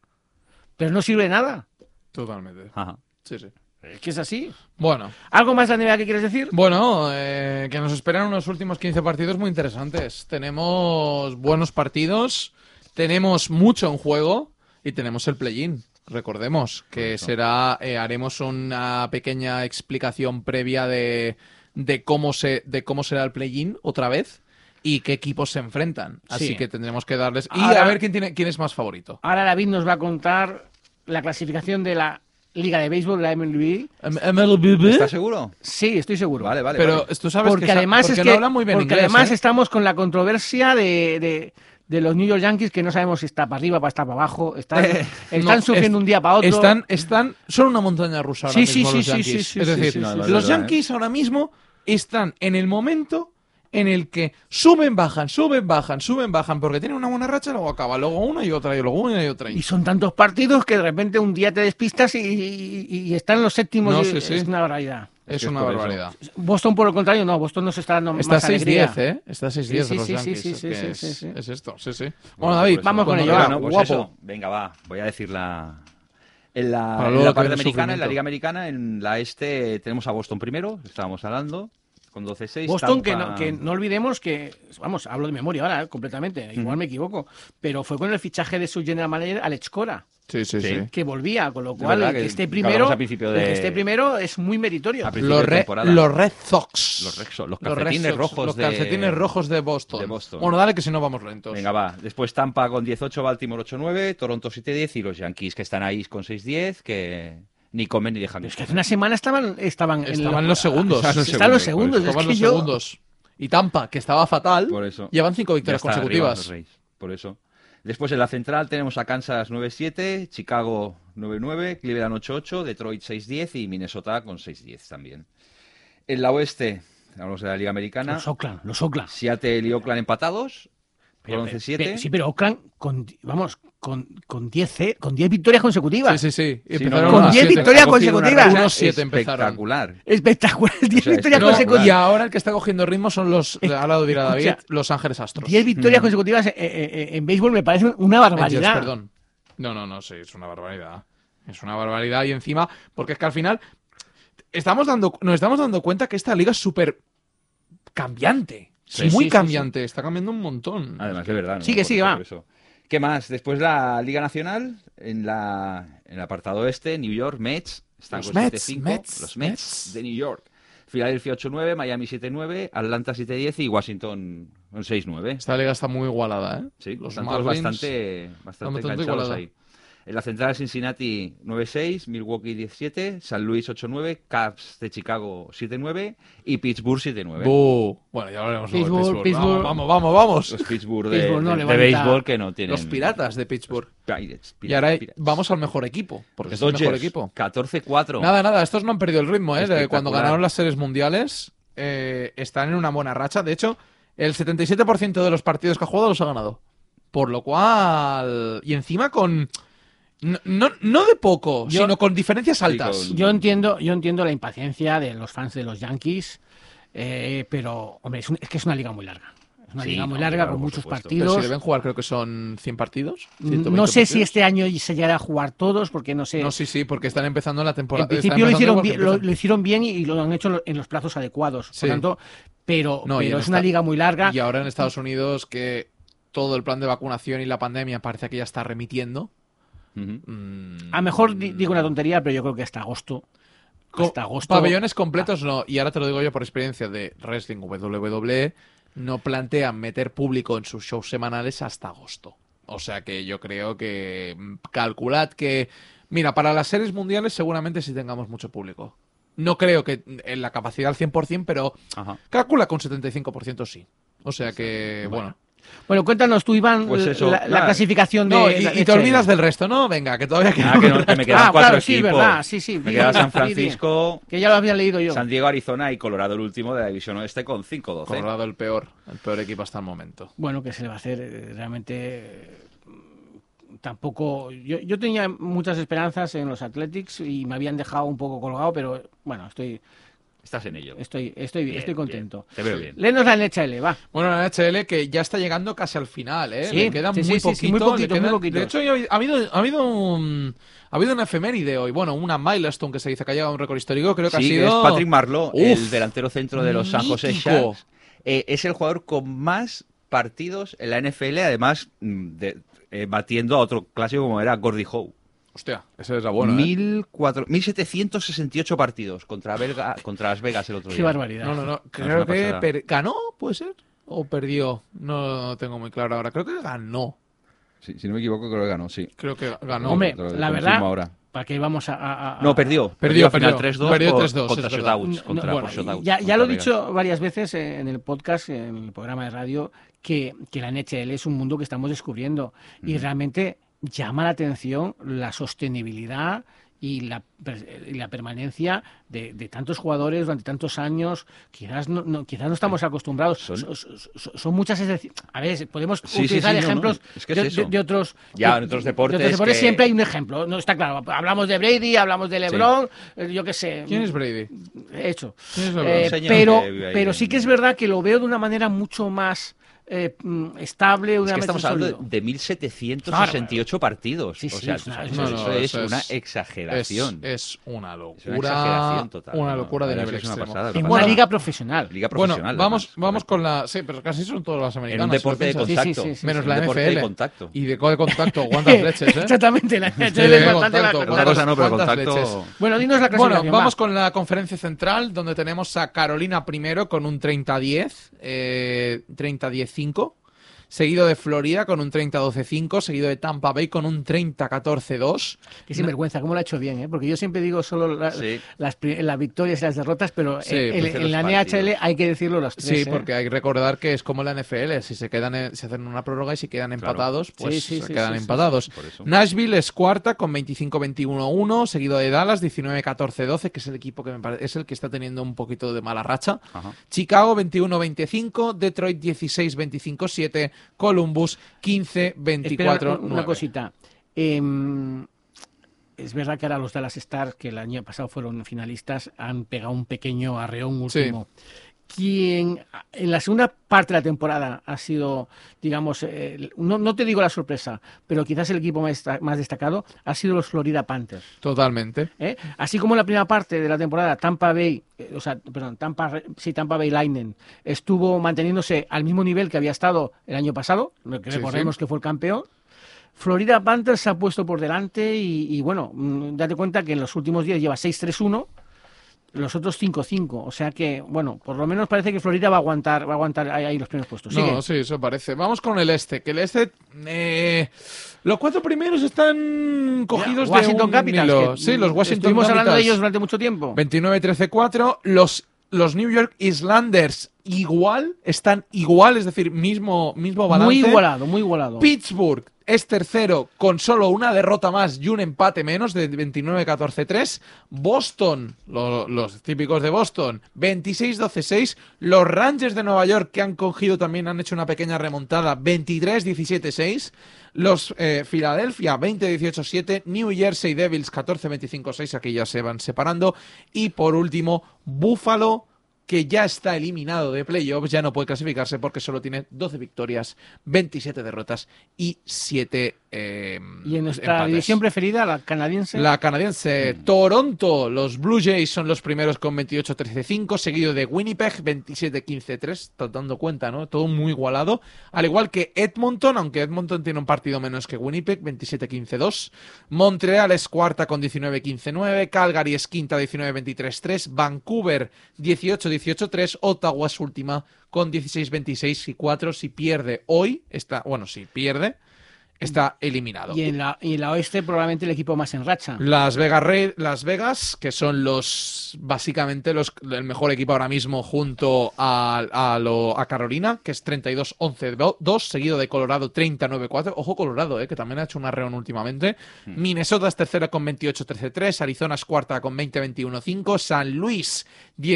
Pero no sirve de nada. Totalmente. Ajá. Sí, sí. Es que es así. Bueno, ¿Algo más de la NBA que quieres decir? Bueno, eh, que nos esperan unos últimos 15 partidos muy interesantes. Tenemos buenos partidos, tenemos mucho en juego y tenemos el play-in. Recordemos que será, eh, haremos una pequeña explicación previa de, de cómo se, de cómo será el play-in otra vez. y qué equipos se enfrentan. Así Sí. que tendremos que darles. Y Ahora- a ver quién, tiene, quién es más favorito. Ahora David nos va a contar la clasificación de la Liga de Béisbol, la MLB. ¿Eh? ¿Estás seguro? Sí, estoy seguro. Vale, vale. Pero vale. tú sabes porque que, sa- además porque es no que- habla muy bien porque inglés, además ¿eh? estamos con la controversia de, de- de los New York Yankees que no sabemos si está para arriba, para estar para abajo. Están, Eh, No, están sufriendo es- un día para otro. Están, están, son una montaña rusa ahora Sí, sí, mismo sí, los sí, Yankees. sí, sí, es sí, decir, sí, sí, sí, los sí. verdad, Yankees ahora mismo están en el momento en el que suben, bajan, suben, bajan, suben, bajan, porque tienen una buena racha, luego acaba, luego una y otra, y luego una y otra. Y Y... son tantos partidos que de repente un día te despistas y, y- y están los séptimos. No, y- sí, sí. Es una barbaridad. Es que es una por eso. barbaridad. Boston, por el contrario, no. Boston nos está dando Está más alegría. 6-10, ¿eh? Está 6-10 Sí, sí, los sí, sí, Yankees. sí, sí, que sí, es, sí, sí. es esto, sí, sí. Bueno, David, pues vamos eso. con ello, Bueno, va, no, pues guapo. eso. Venga, va. Voy a decir la. En la, Para en luego la parte que venga americana, en el la sufrimiento. Liga Americana, en la este tenemos a Boston primero, estábamos hablando, con 12-6. Boston, que Tampa- no, que no olvidemos que, vamos, hablo de memoria ahora ¿eh? completamente, Mm. igual me equivoco, pero fue con el fichaje de su general manager Alex Cora, Sí, sí, Sí. sí. que volvía, con lo Es cual verdad el que, que esté hablamos primero, al principio el de- que esté primero es muy meritorio. A principio Los, de Re- temporada. los Red Sox. Los Red Sox, los Los Red calcetines Sox, rojos Los de- calcetines rojos de Boston. de Boston. Bueno, dale que si no vamos lentos. Venga, va. Después Tampa con 18, Baltimore 8-9, Toronto 7-10 y los Yankees que están ahí con 6-10, que ni comen ni dejan. de Es que hace una semana estaban, estaban, en Estaban la- los segundos. Estaban los Están los segundos. segundos, Estaban es los que yo- segundos. Y Tampa, que estaba fatal, Por eso. llevan cinco victorias Ya está consecutivas. arriba los Rays, por eso. Después en la central tenemos a Kansas 9-7, Chicago 9-9, Cleveland 8-8, Detroit 6-10 y Minnesota con 6-10 también. En la oeste, hablamos de la Liga Americana, Los Oakland, los Oakland. Seattle y Oakland empatados, Pero- con pero- 11-7. sí, pero Oakland, con, vamos, con, con 10 ce- con 10 victorias consecutivas. sí, sí, sí. Sí, Empezaron no, no, Con ha unos 10 siete. sido- victorias ha cogido una consecutivas. racha Unos siete empezaron. Espectacular. Espectacular, 10 sea, victorias espectacular. No, y consecutivas. ahora el que está cogiendo ritmo son los, Es- ahora lo dirá David, escucha. Los Ángeles Astros. 10 victorias consecutivas eh, eh, eh, en béisbol me parece una barbaridad. Rangers, Mm. perdón. No, no, no, sí, es una barbaridad. Es una barbaridad y encima, porque es que al final estamos dando, nos estamos dando cuenta que esta liga es súper cambiante. Sí, Es muy sí, sí, cambiante, está cambiando un montón. Además, de verdad. ¿no? Sigue, Por sigue, eso, va. por eso. ¿Qué más? Después la Liga Nacional, en, la, en el apartado este, New York, Mets. Están Los con Mets, 7-5, Mets, los Mets, Mets. de New York. Filadelfia 8-9, Miami 7-9, Atlanta 7-10 y Washington con 6-9. Esta liga está muy igualada, ¿eh? Sí, Los están todos Marlins, bastante, bastante bastante enganchados igualada. ahí. En la central Cincinnati 9-6, Milwaukee 17, San Luis 8-9, Cubs de Chicago 7-9 y Pittsburgh 7-9. Buh. Bueno, ya hablaremos luego de Pittsburgh, Pittsburgh. Vamos, vamos, vamos. Los Pittsburgh de, Pittsburgh no de- de levanta. béisbol que no tienen. Los piratas de Pittsburgh. Pirates, Y ahora Pirates. vamos al mejor equipo, porque Los es el mejor Dodgers, equipo. 14-4. Nada, nada, estos no han perdido el ritmo, ¿eh? De cuando Espectacular. ganaron las series mundiales, eh, están en una buena racha. De hecho, el 77% de los partidos que ha jugado los ha ganado. Por lo cual. Y encima con. No, no, no de poco, Yo- sino con diferencias altas. con- Yo entiendo, yo entiendo la impaciencia de los fans de los Yankees, eh, pero hombre, es, un- es que es una liga muy larga. Es una Sí, liga muy no, larga claro, con por muchos supuesto. Pero si partidos. deben jugar, creo que son 100 partidos. 120 Mm, No sé si partidos. este año se llegará a jugar todos, porque no sé. No, sí, sí, porque están empezando la temporada. en están principio lo empezando hicieron, igual que bien, lo, empiezan. lo hicieron bien y lo han hecho en lo- en los plazos adecuados. Sí. Por tanto, pero, No, y pero en es una esta- liga muy larga. Y ahora en Estados Unidos que todo el plan de vacunación y la pandemia parece que ya está remitiendo. Ujú. Mm, A lo mejor di- digo una tontería, pero yo creo que hasta agosto. co- Hasta agosto. Ah. Pabellones completos no. Y ahora te lo digo yo por experiencia de Wrestling WWE. No plantean meter público en sus shows semanales hasta agosto. O sea que yo creo que mm, calculad que... Mira, para las series mundiales seguramente sí tengamos mucho público. No creo que mm, en la capacidad al 100%, pero Ajá. calcula con 75% sí. O sea que, bueno. Bueno, cuéntanos tú, Iván, Pues la- eso, la, claro. clasificación de. No, y, la- y te Eche. olvidas del resto, ¿no? Venga, que todavía queda... Ah, que, no- que me quedan Ah, cuatro claro, sí, equipos. verdad, sí, sí, me di, queda di, San di, di. Francisco, Que ya lo había leído yo. San Diego, Arizona y Colorado el último de la división oeste con 5-12. Colorado el peor, el peor equipo hasta el momento. Bueno, que se le va a hacer eh, realmente eh, tampoco. Yo, yo tenía muchas esperanzas en los Athletics y me habían dejado un poco colgado, pero bueno, estoy, Estás en ello. estoy, estoy, Bien, estoy contento. bien. Te veo bien. Lenos la NHL, va. Bueno, la NHL que ya está llegando casi al final, ¿eh? Sí, le queda sí, muy, sí, sí, poquito, sí, muy le poquito, quedan- muy poquito. De hecho, hoy ha habido, ha habido un- ha habido una efeméride hoy. Bueno, una milestone que se dice que ha llegado a un récord histórico. Creo que ha Sí, sido... es Patrick Marlowe, el Uf, delantero centro de los San José mítico. Sharks. Eh, es el jugador con más partidos en la NFL, además mm, de- eh, batiendo a otro clásico como era Gordy Howe. Hostia, esa es la buena, ¿eh? 1400 1768 partidos contra, Belga- contra Las Vegas el otro Qué día. barbaridad. No, no, no. es una Creo que pasada. per- ganó, puede ser. o perdió. No tengo muy claro ahora. Creo que ganó. Sí, si no me equivoco, creo que ganó, sí. Creo que ganó. Hombre, Te lo la confirmo verdad, ahora. ¿para qué vamos a...? a- a- No, perdió. Perdió, al final perdió. 3-2 Perdió por- 3-2, contra es verdad. shutouts. No, contra bueno, por shutouts, ya, ya contra lo he Vegas. dicho varias veces eh, en el podcast, en el programa de radio, que, que la NHL es un mundo que estamos descubriendo y realmente llama la atención la sostenibilidad y la, per- y la permanencia de, de tantos jugadores durante tantos años. Quizás no, no- quizás no estamos acostumbrados. Son, Son- son- son muchas excepciones. A ver, podemos Sí, sí, utilizar sí, no, no, ejemplos es que es de- de, eso. de otros... Ya, de- en otros de deportes que- siempre hay un ejemplo, no está claro. Hablamos de Brady, hablamos de LeBron, eh, yo qué sé. ¿Quién es Brady? Hecho. ¿Quién es Eh, Brady? un señor pero que vive ahí pero en- sí que es verdad que lo veo de una manera mucho más eh, mm, estable, de Es una que manera estamos más hablando sólido. de 1768 partidos. Sí, o sí, sea, es una- eso- es una- eso no, no, es eso una es- exageración. Es, es una locura. Es una exageración total. Una No, locura de la verdad nivel es que es una extremo. pasada. En Bueno, una bueno, liga profesional. Liga Bueno, profesional. vamos, además, vamos correcto. con la. Sí, pero casi son todos los En americanos. un si lo deporte de piensas. Sí, sí, contacto. sí, sí, Menos Un la deporte de NFL. contacto. Y de co- de contacto, guantes leches, ¿eh? Exactamente, la Sí, NHL es de bastante contacto, más- Una cosa no, pero ¿Cuántas contacto. leches? Bueno, dinos la Bueno, clasificación. vamos va. con la conferencia central, donde tenemos a Carolina primero con un 30-10, eh, 30-10-5, seguido de Florida con un 30-12-5, seguido de Tampa Bay con un 30-14-2. Qué sinvergüenza, cómo lo ha hecho bien, ¿eh? Porque yo siempre digo solo la- Sí. las, pri- las victorias y las derrotas, pero Sí, en- en, pues, en los la NHL hay que decirlo las tres. Sí, ¿eh? porque hay que recordar que es como la NFL, si se quedan en- se hacen una prórroga y si quedan Claro. empatados, pues Sí, sí, se sí, quedan sí, sí, empatados. Por eso. Nashville es cuarta con 25-21-1, seguido de Dallas 19-14-12, que es el equipo que me parece es el que está teniendo un poquito de mala racha. Ah. Ajá. Chicago 21-25, Detroit 16-25-7, Columbus 15-24-9. Espera, una, una cosita. Eh, es verdad que ahora los Dallas Stars, que el año pasado fueron finalistas, han pegado un pequeño arreón último. Quien en la segunda parte de la temporada ha sido, digamos, eh, no, no te digo la sorpresa, pero quizás el equipo más, desta- más destacado ha sido los Florida Panthers. Totalmente. ¿eh? Así como en la primera parte de la temporada, Tampa Bay, eh, o sea, perdón, Tampa, Re- sí, Tampa Bay Lightning estuvo manteniéndose al mismo nivel que había estado el año pasado, lo que Sí, recordemos que fue el campeón. Florida Panthers se ha puesto por delante y, y bueno, mm, date cuenta que en los últimos días lleva 6-3-1, los otros 5-5, o sea que, bueno, por lo menos parece que Florida va a aguantar, va a aguantar ahí, ahí los primeros puestos. Sigue. No, sí, eso parece. Vamos con el este, que el este... eh, los cuatro primeros están cogidos de Washington un Capitals, hilo. que mm, Sí, los Washington Estuvimos hablando de Capitals. ellos durante mucho tiempo. 29-13-4. Los, los New York Islanders igual, están igual, es decir, mismo, mismo balance. Muy igualado, muy igualado. Pittsburgh es tercero con solo una derrota más y un empate menos de 29-14-3. Boston, lo- los típicos de Boston, 26-12-6. Los Rangers de Nueva York que han cogido también, han hecho una pequeña remontada, 23-17-6. Los eh, Philadelphia, 20-18-7. New Jersey Devils, 14-25-6. Aquí ya se van separando. Y por último, Buffalo, que ya está eliminado de playoffs, ya no puede clasificarse porque solo tiene 12 victorias, 27 derrotas y 7 eh, y en nuestra empates. división preferida, la canadiense. Mm. La canadiense Toronto, los Blue Jays son los primeros con 28-13-5, seguido de Winnipeg 27-15-3, estás dando cuenta, ¿no? Todo muy igualado, al igual que Edmonton, aunque Edmonton tiene un partido menos que Winnipeg, 27-15-2. Montreal es cuarta con 19-15-9, Calgary es quinta 19-23-3, Vancouver 18-18-3, Ottawa es última con 16-26 y 4 si pierde hoy, está, bueno, si pierde está eliminado. Y en, la, y en la oeste probablemente el equipo más en racha. Las Vegas, Re- Las Vegas, que son los básicamente los, el mejor equipo ahora mismo junto a, a lo- a Carolina, que es 32-11-2, seguido de Colorado 39-4. Ojo Colorado, eh, que también ha hecho una reunión últimamente. Minnesota es tercera con 28-13-3, Arizona es cuarta con 20-21-5, San Luis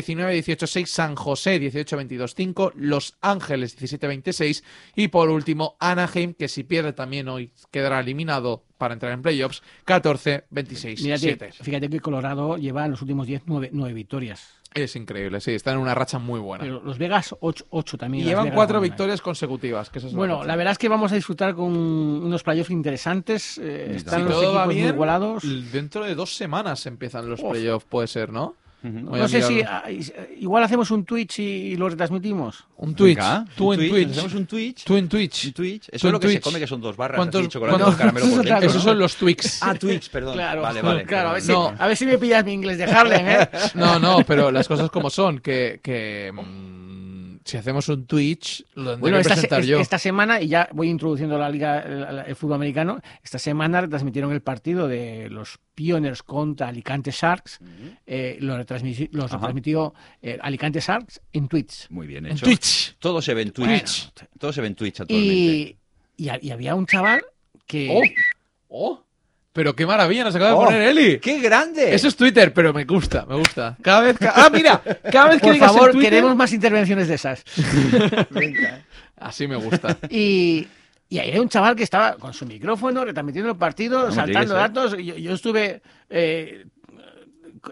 19-18-6, San José 18-22-5, Los Ángeles 17-26 y por último Anaheim, que si pierde también hoy quedará eliminado para entrar en playoffs, 14-26. Mírate, 7. fíjate que Colorado lleva en los últimos 10 nueve, nueve victorias. Es increíble, sí, está en una racha muy buena. Pero los Vegas 8, 8 también. y Las llevan Vegas cuatro ganan. victorias consecutivas. Que eso es Bueno, la verdad es que vamos a disfrutar con unos playoffs interesantes. eh, Sí, están si los todo va equipos muy bien, igualados. dentro de dos semanas empiezan los Uf. playoffs, puede ser, ¿no? Ujú. Voy a no sé si mirarlo. ah, is- igual hacemos un Twitch y, y lo retransmitimos. Un Twitch. Venga, Tú un en Twitch, Twitch. Hacemos un Twitch. Tú en Un Twitch. Twitch. Tú Eso en es lo que Twitch. se come, que son dos barras así ¿Cuántos- de chocolate cuántos- con caramelo por Eso es otra dentro, Esos ¿no? son los Twix. Ah, Twitch, perdón. Claro, vale, vale. claro a, ver si, No. a ver si me pillas mi inglés de Harlem. ¿eh? No, no, pero las cosas como son, que, que, mm, si hacemos un Twitch, lo tendré Bueno, que esta, se- presentar es- yo. esta semana, y ya voy introduciendo la liga, el, el fútbol americano, esta semana retransmitieron el partido de los Pioneers contra Alicante Sharks. eh, lo retransmiti- los Ajá. retransmitió eh, Alicante Sharks en Twitch. Muy bien En hecho. Twitch. Todo se ve en Twitch. Todo se ve en Twitch actualmente. Y, y ha- y había un chaval que... ¡Oh! ¡Oh! Pero qué maravilla nos acaba ¡Oh! de poner Eli. ¡Qué grande! Eso es Twitter, pero me gusta, me gusta. Cada vez que... ¡Ah, mira! Cada vez que Por digas en favor, Twitter- queremos más intervenciones de esas. ¿eh? Así me gusta. Y, y ahí hay un chaval que estaba con su micrófono retransmitiendo el partido, No me saltando digas, ¿eh? datos. y Yo, yo estuve eh,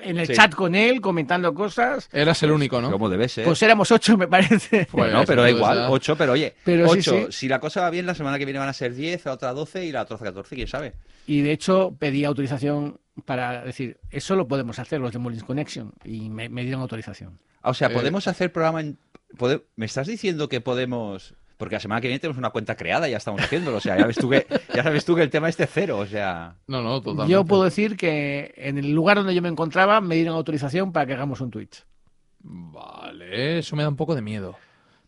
en el Sí. chat con él, comentando cosas. Eras el único, ¿no? Como debe ser. Pues éramos ocho, me parece. Pues, bueno, pero da pues, igual, ah. 8, pero oye, Pero sí, 8, sí. si la cosa va bien, la semana que viene van a ser 10, la otra 12 y la otra 14, quién sabe. Y de hecho pedí autorización para decir, eso lo podemos hacer los de Mullins Connection. Y me, me dieron autorización. Ah, O sea, Eh, podemos hacer programa en... pode- ¿Me estás diciendo que podemos...? Porque la semana que viene tenemos una cuenta creada y ya estamos haciéndolo, o sea, ya ves tú que, ya sabes tú que el tema este es cero, o sea... No, no, totalmente. Yo puedo decir que en el lugar donde yo me encontraba me dieron autorización para que hagamos un Twitch. Vale, eso me da un poco de miedo.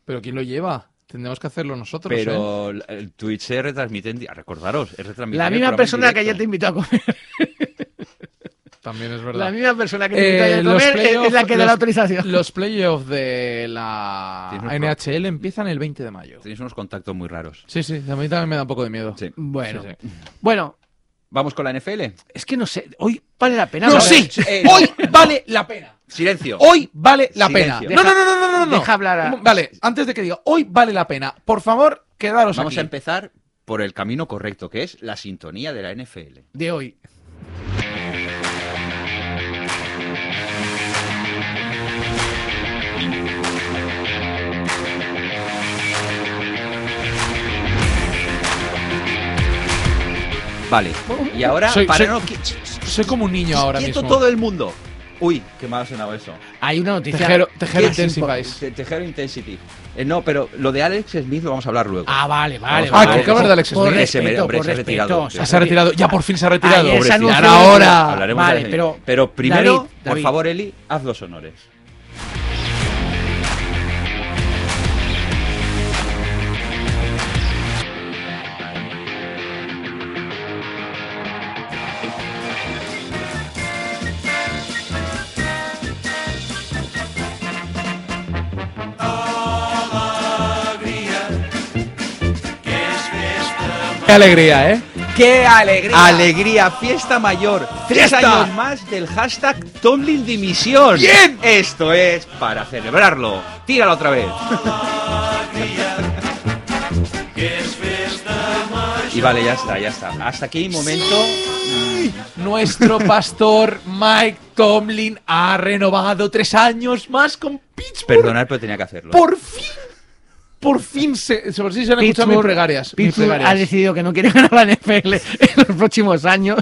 Pero ¿quién lo lleva? Tendremos que hacerlo nosotros, ¿eh? Pero el- el Twitch se retransmite, en di- recordaros, es retransmitir La el misma programa persona en que ayer te invitó directo. a comer, También es verdad. la misma persona que te invitó Eh, ayer a los comer es- playoff- es la que da la los- autorización. Los playoffs de la Tienes un pro- NHL empiezan el 20 de mayo. Tenéis unos contactos muy raros. Sí, sí, a mí también me da un poco de miedo. Sí. Bueno, Sí, sí. bueno, ¿Vamos con la NFL? es que no sé, hoy vale la pena. No, hablar- sí, eh, hoy vale la pena. ¡Silencio! Hoy vale la Silencio. Deja- pena. no, no, no, no, no, no. deja hablar a- Vale, antes de que diga, hoy vale la pena. Por favor, quedaros Vamos aquí. a empezar por el camino correcto, que es la sintonía de la NFL. De hoy. Vale, y ahora Soy- para soy- no... qui- Soy como un niño ahora quieto mismo. todo el mundo. Uy, qué mal ha sonado eso. Hay una noticia. Tejero, tejero que es importante. Intensifies. Te- Tejero Intensity. Eh, no, pero lo de Alex Smith lo vamos a hablar luego. Ah, vale, vale. Vamos a vale. ver. Ah, que acabas de Alex Por Smith. Ese respeto, me- hombre, por se ha respeto. retirado, o sea, tío. Ah, Se ha retirado. Ya por fin se ha retirado. Ayer se Pobrecito. anunció- Ahora, ahora. Hablaremos Vale, de- pero- primero, David, por David. favor, Eli, haz los honores. Qué alegría, ¿eh? ¡Qué alegría! Alegría, fiesta mayor. Tres años más del hashtag Tomlin Dimisión. ¡Bien! Esto es para celebrarlo. Tíralo otra vez. y vale, ya está, ya está. Hasta aquí momento. Nuestro pastor Mike Tomlin ha renovado tres años más con Pittsburgh. Perdonad, pero tenía que hacerlo. Por fin. Por fin se, sobre sí se han escuchado mis Pittsburgh- plegarias. mis Pittsburgh plegarias. ha decidido que no quiere ganar la NFL en los próximos años.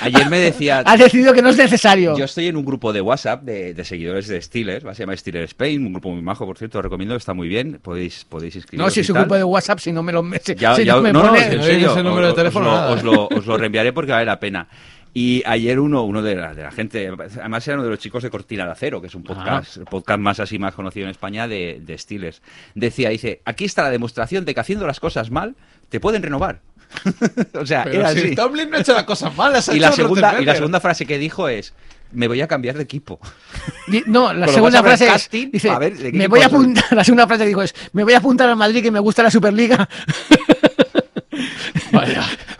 Ayer me decía. Ha decidido que no es necesario. Yo estoy en un grupo de WhatsApp de, de seguidores de Steelers, va, se llama Steelers Spain, un grupo muy majo, por cierto, os recomiendo, está muy bien, podéis, podéis inscribiros. no, si y es un tal. grupo de WhatsApp, si no me lo me, si Ya, ya- no me no, no, pone- en no serio, digas el número de os- os teléfono, lo- nada. Os, lo, os lo reenviaré porque vale la pena. Y ayer uno, uno de, la, de la gente, además era uno de los chicos de Cortina de Acero, que es un podcast, el podcast más así más conocido en España de, de Steelers, decía, dice, aquí está la demostración de que haciendo las cosas mal, te pueden renovar. o sea, Pero era si así. Tomlin no ha hecho las cosas malas. ha Y la, hecho segunda, y la Rottenberger. segunda frase que dijo es, me voy a cambiar de equipo. Di- No, la Pero segunda vas a ver frase es, casting, dice, a ver, ¿de qué me equipo voy a soy? apuntar, la segunda frase que dijo es, me voy a apuntar al Madrid que me gusta la Superliga.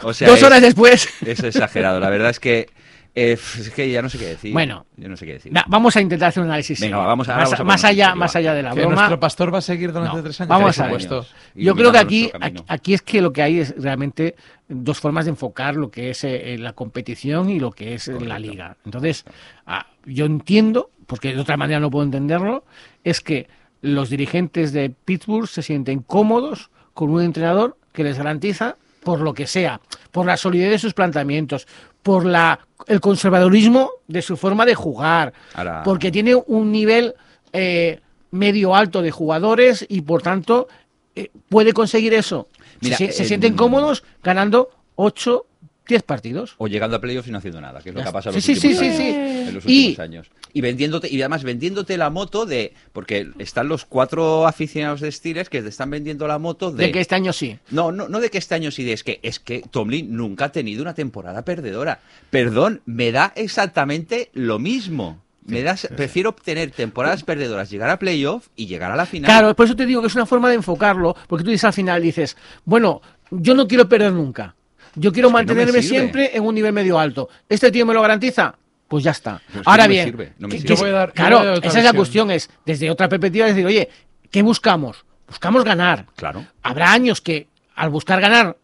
O sea, Dos es- horas después. Es exagerado, la verdad es que eh, es que ya no sé qué decir. Bueno. yo no sé qué decir. Va, Vamos a intentar hacer un análisis. Venga, serio. vamos a- ahora más, vamos a más ponernos allá, serios, más va. allá de la Que broma. nuestro pastor va a seguir durante No, tres años. vamos por a ver. supuesto. Yo creo que aquí, Iluminando aquí, nuestro camino. aquí es que lo que hay es realmente dos formas de enfocar lo que es eh, la competición y lo que es eh, la Correcto. liga. Entonces, ah, yo entiendo, porque de otra manera no puedo entenderlo, es que los dirigentes de Pittsburgh se sienten cómodos con un entrenador que les garantiza, por lo que sea, por la solidez de sus planteamientos, por la, el conservadurismo de su forma de jugar, Ahora- porque tiene un nivel eh, medio alto de jugadores y por tanto eh, puede conseguir eso. Mira, mm. se, se en- sienten cómodos ganando 8 10 partidos. O llegando a playoffs y no haciendo nada, que es lo Ya que ha está. pasado Sí, en los sí, últimos sí, años. sí, sí. En los Y- últimos años. Y vendiéndote, y además vendiéndote la moto de. Porque están los cuatro aficionados de Steelers que te están vendiendo la moto de. De que este año sí. No, no, no de que este año sí, de- es que, es que Tomlin nunca ha tenido una temporada perdedora. Perdón, me da exactamente lo mismo. Me da, prefiero obtener temporadas perdedoras, llegar a playoff y llegar a la final. Claro, por eso te digo que es una forma de enfocarlo, porque tú dices al final, dices, bueno, yo no quiero perder nunca. Yo quiero Es que no me mantenerme sirve. siempre en un nivel medio alto. ¿Este tío me lo garantiza? Pues ya está. Pero es que Ahora no me bien, sirve, no me que- sirve. que Yo voy a dar- yo claro, voy a dar otra esa es la versión. cuestión, es desde otra perspectiva decir, oye, ¿qué buscamos? Buscamos ganar. Claro. Habrá años que al buscar ganar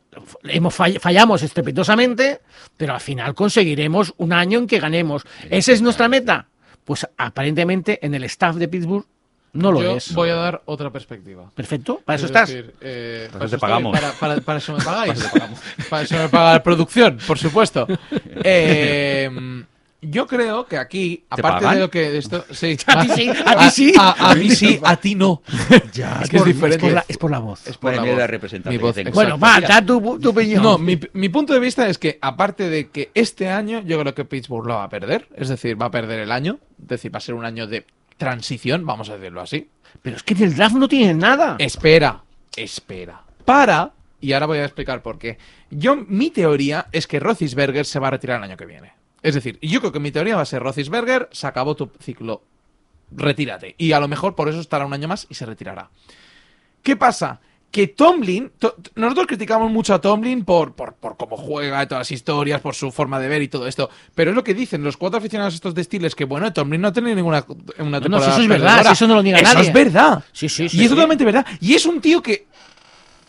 hemos fall- fallamos estrepitosamente, pero al final conseguiremos un año en que ganemos. ¿Esa es nuestra meta? Pues aparentemente en el staff de Pittsburgh no lo Yo es. voy a dar otra perspectiva. Perfecto, para eso Es estás. decir, Para eh, eso te estoy, pagamos. Para, para- para eso me pagáis. para eso me paga la producción, por supuesto. Eh, yo creo que aquí, ¿Te aparte pagan? de lo que esto. Sí, A ti sí, a ti sí. A, a mí sí, a ti no. Ya, Es que es diferente. por la, es por la voz. Es por Madre la mía, la voz. representante Mi que voz, tengo. bueno, exacto. va, da tu, tu opinión. No, mi, mi punto de vista es que, aparte de que este año, yo creo que Pittsburgh lo va a perder. Es decir, va a perder el año. Es decir, va a ser un año de transición, vamos a decirlo así. Pero es que en el draft no tienen nada. Espera, espera. Para, y ahora voy a explicar por qué. Yo, mi teoría es que Roethlisberger se va a retirar el año que viene. Es decir, yo creo que mi teoría va a ser Roethlisberger, se acabó tu ciclo, retírate. Y a lo mejor por eso estará un año más y se retirará. ¿Qué pasa? Que Tomlin, to- t- nosotros criticamos mucho a Tomlin por, por, por cómo juega, y todas las historias, por su forma de ver y todo esto, pero es lo que dicen los cuatro aficionados estos de Steelers, que bueno, Tomlin no ha tenido ninguna no, una temporada si eso es verdad, perdedora. si eso no lo niega Eso nadie. es verdad. Sí, sí, Y sí. es totalmente verdad. Y es un tío que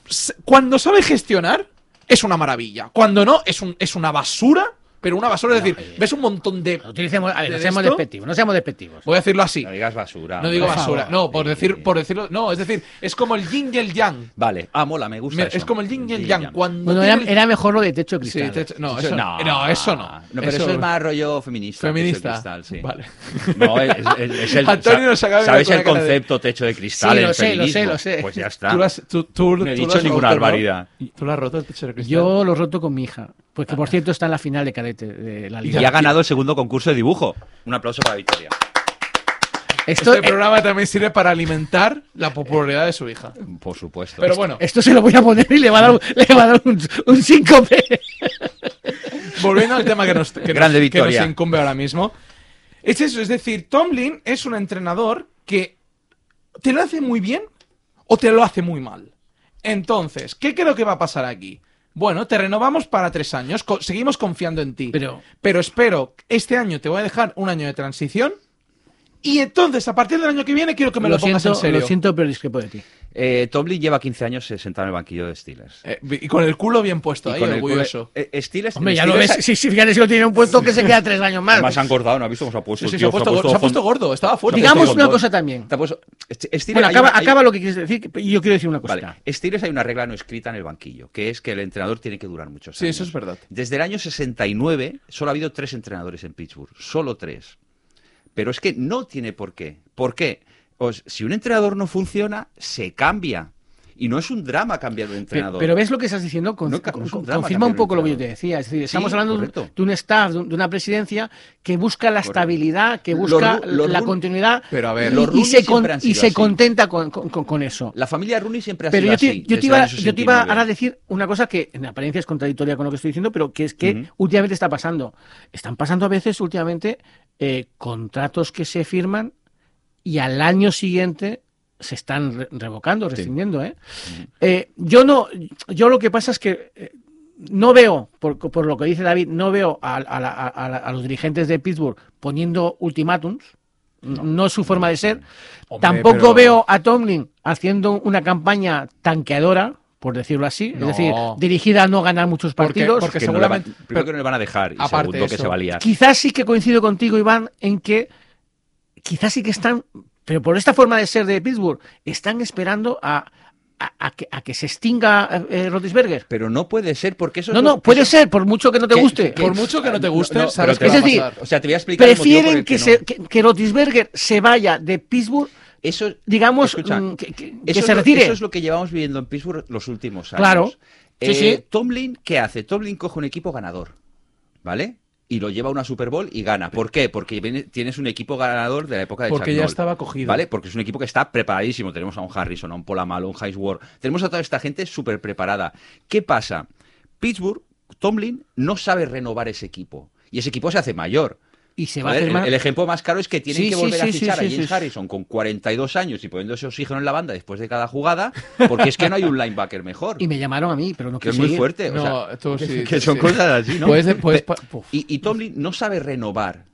s- cuando sabe gestionar es una maravilla. Cuando no, es, un, es una basura, pero una basura. Es decir, ves un montón de... No utilicemos- a ver, ¿De no seamos esto? despectivos, no seamos despectivos. Voy a decirlo así. No digas basura. No digo por hombre. basura. favor. No, por, Sí, decir, sí. por decirlo... No, es decir, es como el yin y el yang. Vale, amo la me gusta. Mira, eso. es como el yin y el yang. yang. Cuando Bueno, era, tiene el- era mejor lo de techo de Sí, cristal. te- no, eso, no, eso no. pero eso, es más rollo feminista. Feminista. techo de cristal, sí. Vale. No, es, es- es el. Antonio nos acaba de ¿Sabes mirar el con la cara de- concepto techo de cristal? Sí, el lo sé, lo sé, feminismo? lo sé. Pues ya está. Tú lo has- tú- tú- No he tú dicho lo has ninguna roto, ¿no? barbaridad. Tú lo has roto el techo de cristal. Ah. Yo lo roto con mi hija. Porque, por cierto, está en la final de cadete de la Y liga. ha ganado el segundo concurso de dibujo. Un aplauso para Victoria. Esto, eh, Este programa también sirve para alimentar la popularidad de su hija. Por supuesto. Pero bueno, esto se lo voy a poner y le va a dar, un- le va a dar un, un síncope. Volviendo al tema que nos, que nos- Grande que nos victoria. incumbe ahora mismo. Es eso, es decir, Tomlin es un entrenador que te lo hace muy bien o te lo hace muy mal. Entonces, ¿qué creo que va a pasar aquí? Bueno, te renovamos para tres años, co- seguimos confiando en ti. Pero- pero espero, este año te voy a dejar un año de transición. Y entonces, a partir del año que viene, quiero que me lo, pongas siento, en serio. lo siento, pero discrepo de ti. Eh, Tomlin lleva 15 años eh, sentado en el banquillo de Steelers. Eh, y con el culo bien puesto Y ahí, con el culo- orgulloso. eh, eh, Steelers. Hombre, ya lo Steelers ves. Sí, sí, fíjate si lo tiene un puesto que se queda tres años más. Además se han cortado, ¿no ha visto cómo se ha puesto? Pues el Sí, sí, se, tío? ha puesto, gordo, se ha puesto gordo, estaba fuerte. se ha puesto Digamos una con- cosa también. Te ha puesto- Steelers- Bueno, hay acaba, una- hay- acaba lo que quieres decir y yo quiero decir una cosa. Vale. Steelers hay una regla no escrita en el banquillo, que es que el entrenador tiene que durar muchos años. Sí, eso es verdad. Desde el año 69 solo ha habido tres entrenadores en Pittsburgh, solo tres. Pero es que no tiene por qué. ¿Por qué? Os- si un entrenador no funciona, se cambia. Y no es un drama cambiar de Pe- entrenador. Pero ves lo que estás diciendo, con- No ca- con- es un con- drama confirma un cambiar un poco lo que yo te entrenador. decía. Es decir, Sí, estamos hablando de un, correcto. de un staff, de, un- de una presidencia que busca la Correcto. estabilidad, que Los busca ru- los la run- continuidad Pero a ver, y- los y, Rooney se, con- siempre han y sido se así. contenta con, con- con- con eso. La familia Rooney siempre ha Pero sido yo te, así. yo te desde el iba, año yo te iba 69. ahora a decir una cosa que en apariencia es contradictoria con lo que estoy diciendo, pero que es que Ujú. últimamente está pasando. Están pasando a veces últimamente eh, contratos que se firman y al año siguiente se están re- revocando, rescindiendo. ¿eh? Eh, yo no, yo lo que pasa es que eh, no veo, por, por lo que dice David, no veo a, a la- a- a la- a los dirigentes de Pittsburgh poniendo ultimátums. No, es su forma de ser. Hombre, Tampoco pero- veo a Tomlin haciendo una campaña tanqueadora, por decirlo así. No. Es decir, dirigida a no ganar muchos Porque- partidos. porque- Que no le van- seguramente- primero que no le van a dejar y Aparte segundo que eso. se va a liar. Quizás sí que coincido contigo, Iván, en que quizás sí que están, pero por esta forma de ser de Pittsburgh, están esperando a, a- a que, a que se extinga eh, Rotisberger. Pero no puede ser porque eso No, es no, lo- puede eso- ser, por mucho que no te que- guste. Por mucho que no te guste, sabes Ah, pero que te va a va a pasar. O sea, te voy a explicar el motivo por Prefieren el que, no. se, que, que Roethlisberger se vaya de Pittsburgh, Eso, digamos, Escucha, mm, que, que- que eso es se lo- retire. Eso es lo que llevamos viviendo en Pittsburgh los últimos años. Claro. Sí, Eh, sí. Tomlin, ¿qué hace? Tomlin coge un equipo ganador, ¿vale? Y lo lleva a una Super Bowl y gana. ¿Por qué? Porque viene- tienes un equipo ganador de la época de Porque Chuck ya Noll, estaba cogido. ¿Vale? Porque es un equipo que está preparadísimo. Tenemos a un Harrison, a un Polamalo, a un Highsworth. Tenemos a toda esta gente súper preparada. ¿Qué pasa? Pittsburgh, Tomlin, no sabe renovar ese equipo. Y ese equipo se hace mayor. Y se va a Joder, hacer el- más. El ejemplo más caro es que tienen Sí, que sí, volver sí, a sí, fichar sí, a James sí. Harrison con 42 años y poniéndose oxígeno en la banda después de cada jugada, porque es que no hay un linebacker mejor. Y me llamaron a mí, pero no Que es quise muy ir. fuerte. o No, sea, tú sí, que tú son sí. cosas así, ¿no? Puedes- puedes- Pe- pu- y, y Tomlin no sabe renovar.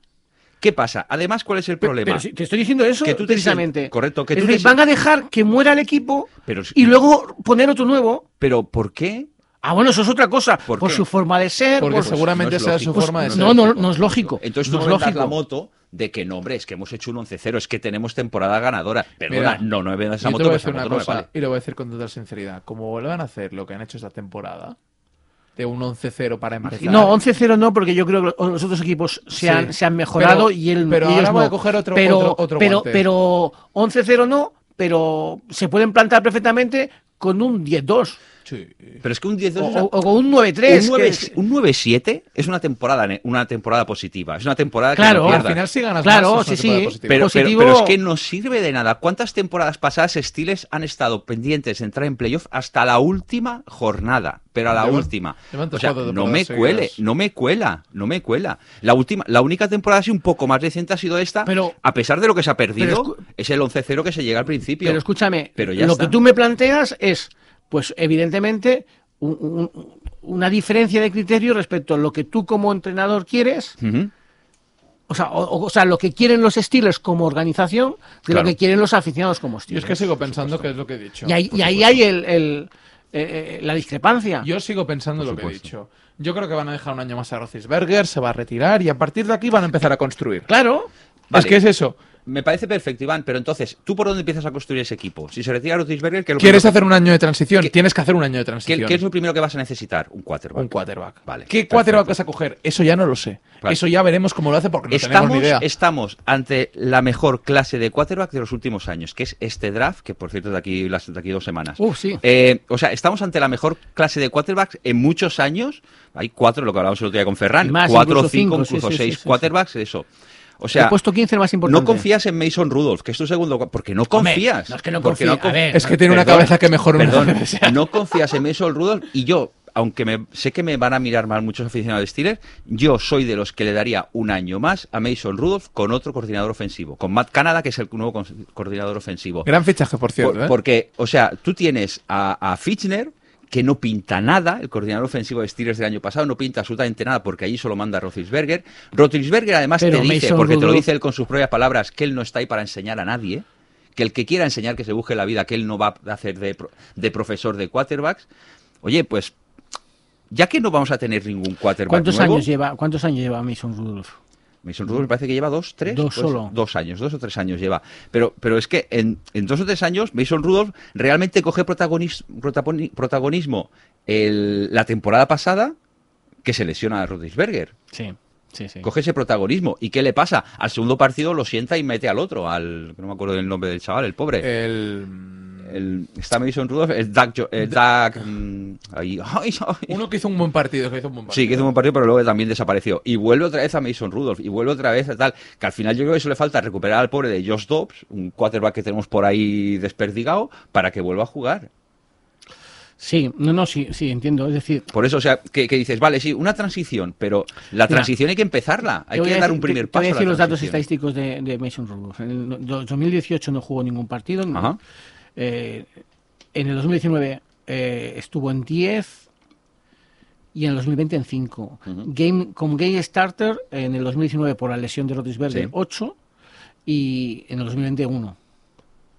¿Qué pasa? Además, ¿cuál es el Pero- problema? pero si te estoy diciendo eso Que tú te precisamente. sientes- correcto, que Es tú te decir, sientes- van a dejar que muera el equipo Pero si- y luego poner otro nuevo. ¿Pero por qué? Ah, bueno, eso es otra cosa. ¿Por Por, qué? su forma de ser. Porque por- seguramente no es sea lógico. su forma de Pues ser. no, no, no es lógico. Entonces no tú es inventas lógico. la moto de que no, hombre, es que hemos hecho un 11-0, es que tenemos temporada ganadora. Perdona, Mira, no, no me vendas esa Yo te moto, porque voy a decir esa una moto no me cosa vale. y lo voy a decir con total sinceridad. Como vuelvan a hacer lo que han hecho esta temporada, de un 11-0 para empezar. No, 11-0 no, porque yo creo que los- los otros equipos se han, Sí. se han mejorado Pero- y él pero y ellos ahora voy a no. coger otro- pero, otro- otro pero, guante. pero 11-0 no, pero se pueden plantar perfectamente con un 10-2 Sí. Pero es que un 10 o, o- o con un 9-3. un que 9 es- un 9-7 es una temporada, ne- una temporada positiva. Es una temporada que Claro, no al Al pierdas. final si ganas Claro, más, es una sí, temporada sí. positiva. pero, pero- positivo- pero es que no sirve de nada. ¿Cuántas temporadas pasadas Steelers han estado pendientes de entrar en playoff hasta la última jornada? Pero a la Llevan- última. llevan O tres, sea, cuatro no me temporadas cuele, seguidas. no me cuela, no me cuela. La última, la única temporada así un poco más reciente ha sido esta. Pero- a pesar de lo que se ha perdido, escu- es el 11-0 que se llega al principio. Pero escúchame, Pero ya lo está. que tú me planteas es, pues evidentemente, un- un- una diferencia de criterio respecto a lo que tú como entrenador quieres, Ujú. o sea, o, o sea lo que quieren los Steelers como organización, de Claro. lo que quieren los aficionados como Yo Steelers. es que sigo pensando que es lo que he dicho. y ahí, y ahí hay el, el- eh, eh, la discrepancia. Yo sigo pensando Por lo que he supuesto. dicho. Yo creo que van a dejar un año más a Roethlisberger, se va a retirar y a partir de aquí van a empezar a construir. Claro, Vale. Es que es eso. Me parece perfecto, Iván, pero entonces, ¿tú por dónde empiezas a construir ese equipo? Si se retira Roethlisberger, ¿qué, es lo ¿Quieres primero hacer un año de transición? ¿Qué- Tienes que hacer un año de que- transición. qué- qué es lo primero que vas a necesitar? Un quarterback. Un quarterback. Vale, ¿Qué perfecto. quarterback vas a coger? Eso ya no lo sé. Claro. Eso ya veremos cómo lo hace porque no Estamos, tenemos ni idea. estamos ante la mejor clase de quarterback de los últimos años, que es este draft, que por cierto de aquí, las, de aquí dos semanas. Uh, sí. Eh, o sea, estamos ante la mejor clase de quarterbacks en muchos años. Hay cuatro, lo que hablábamos el otro día con Ferran. Más, cuatro, incluso cinco, cinco, sí, incluso sí, sí, seis sí, sí. quarterbacks, eso. O he sea, puesto 15 el más importante. no confías en Mason Rudolph, que es tu segundo. cua- Porque no Hombre, confías. no es que no Porque confíe, a conf- ver. Es que tiene una Perdón, cabeza que mejor una Perdón, cabeza. no confías en Mason Rudolph y yo, aunque me, sé que me van a mirar mal muchos aficionados de Steelers, yo soy de los que le daría un año más a Mason Rudolph con otro coordinador ofensivo, con Matt Canada, que es el nuevo cons- coordinador ofensivo. Gran fichaje, por cierto. Por- ¿eh? Porque, o sea, tú tienes a, a Fitchner que no pinta nada, el coordinador ofensivo de Steelers del año pasado no pinta absolutamente nada porque ahí solo manda Roethlisberger. Roethlisberger además Pero te dice, Mason porque te lo Rudolph- dice él con sus propias palabras, que él no está ahí para enseñar a nadie, que el que quiera enseñar que se busque la vida, que él no va a hacer de, pro- de profesor de quarterbacks. Oye, pues ya que no vamos a tener ningún quarterback ¿Cuántos nuevo, años, lleva, ¿Cuántos años lleva Mason Rudolph? Mason Rudolph me parece que lleva dos, tres, pues, Dos solo. dos años, dos o tres años lleva. Pero, pero es que en, en dos o tres años Mason Rudolph realmente coge protagonis- protagoni- protagonismo el- la temporada pasada que se lesiona a Rodisberger. Sí, sí, sí. Coge ese protagonismo. ¿Y qué le pasa? Al segundo partido lo sienta y mete al otro, al que no me acuerdo del nombre del chaval, el Eh, pobre. El- El- está Mason Rudolph, el Doug... Jo- el Doug, mm, ahí, ay, ay. Uno que hizo un buen partido, que hizo un buen partido. Sí, que hizo un buen partido, pero luego también desapareció. Y vuelve otra vez a Mason Rudolph. Y vuelve otra vez a tal. Que al final yo creo que eso le falta recuperar al pobre de Josh Dobbs, un quarterback que tenemos por ahí desperdigado, para que vuelva a jugar. Sí, no, no, sí, sí, entiendo. Es decir, Por eso, o sea, que, que dices, vale, sí, una transición, pero la transición hay que empezarla. Hay Te voy que a dar decir- un primer te- te paso. voy a a la decir los datos transición. estadísticos de, de Mason Rudolph. En el do- 2018 no jugó ningún partido. no. Ajá. Eh, en el 2019 eh, estuvo en 10 y en el 2020 en 5. Ujú. game, como game starter en el 2019 por la lesión de Rotisberger Sí. 8 y en el 2020 1.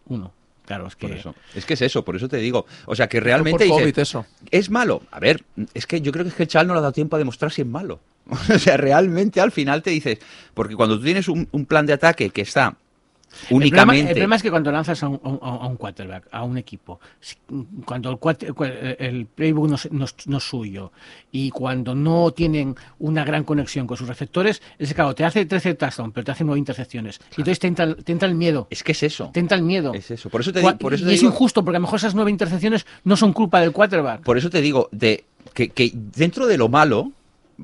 1. Claro, es que... Por eso. Es que es eso, por eso te digo. O sea, que Fue realmente dices, por COVID, eso. ¿Es malo? A ver, es que yo creo que es que el chaval no le ha dado tiempo a demostrar si es malo. O sea, realmente al final te dices, porque cuando tú tienes un, un plan de ataque que está El problema- El problema, Únicamente. es que cuando lanzas a un, a un- a un quarterback, a un equipo, si- cuando el, cuate- cua- el playbook no, es- no es- no es suyo y cuando no tienen una gran conexión con sus receptores, es que, claro, te hace 13 touchdowns, pero te hace 9 intercepciones. Y entonces te entra, el- te entra el miedo. Es que es eso. Te entra el miedo. Es eso. Por eso te, Cua- di- por eso y te es digo. injusto, porque a lo mejor esas 9 intercepciones no son culpa del quarterback. Por eso te digo, de, que, que dentro de lo malo,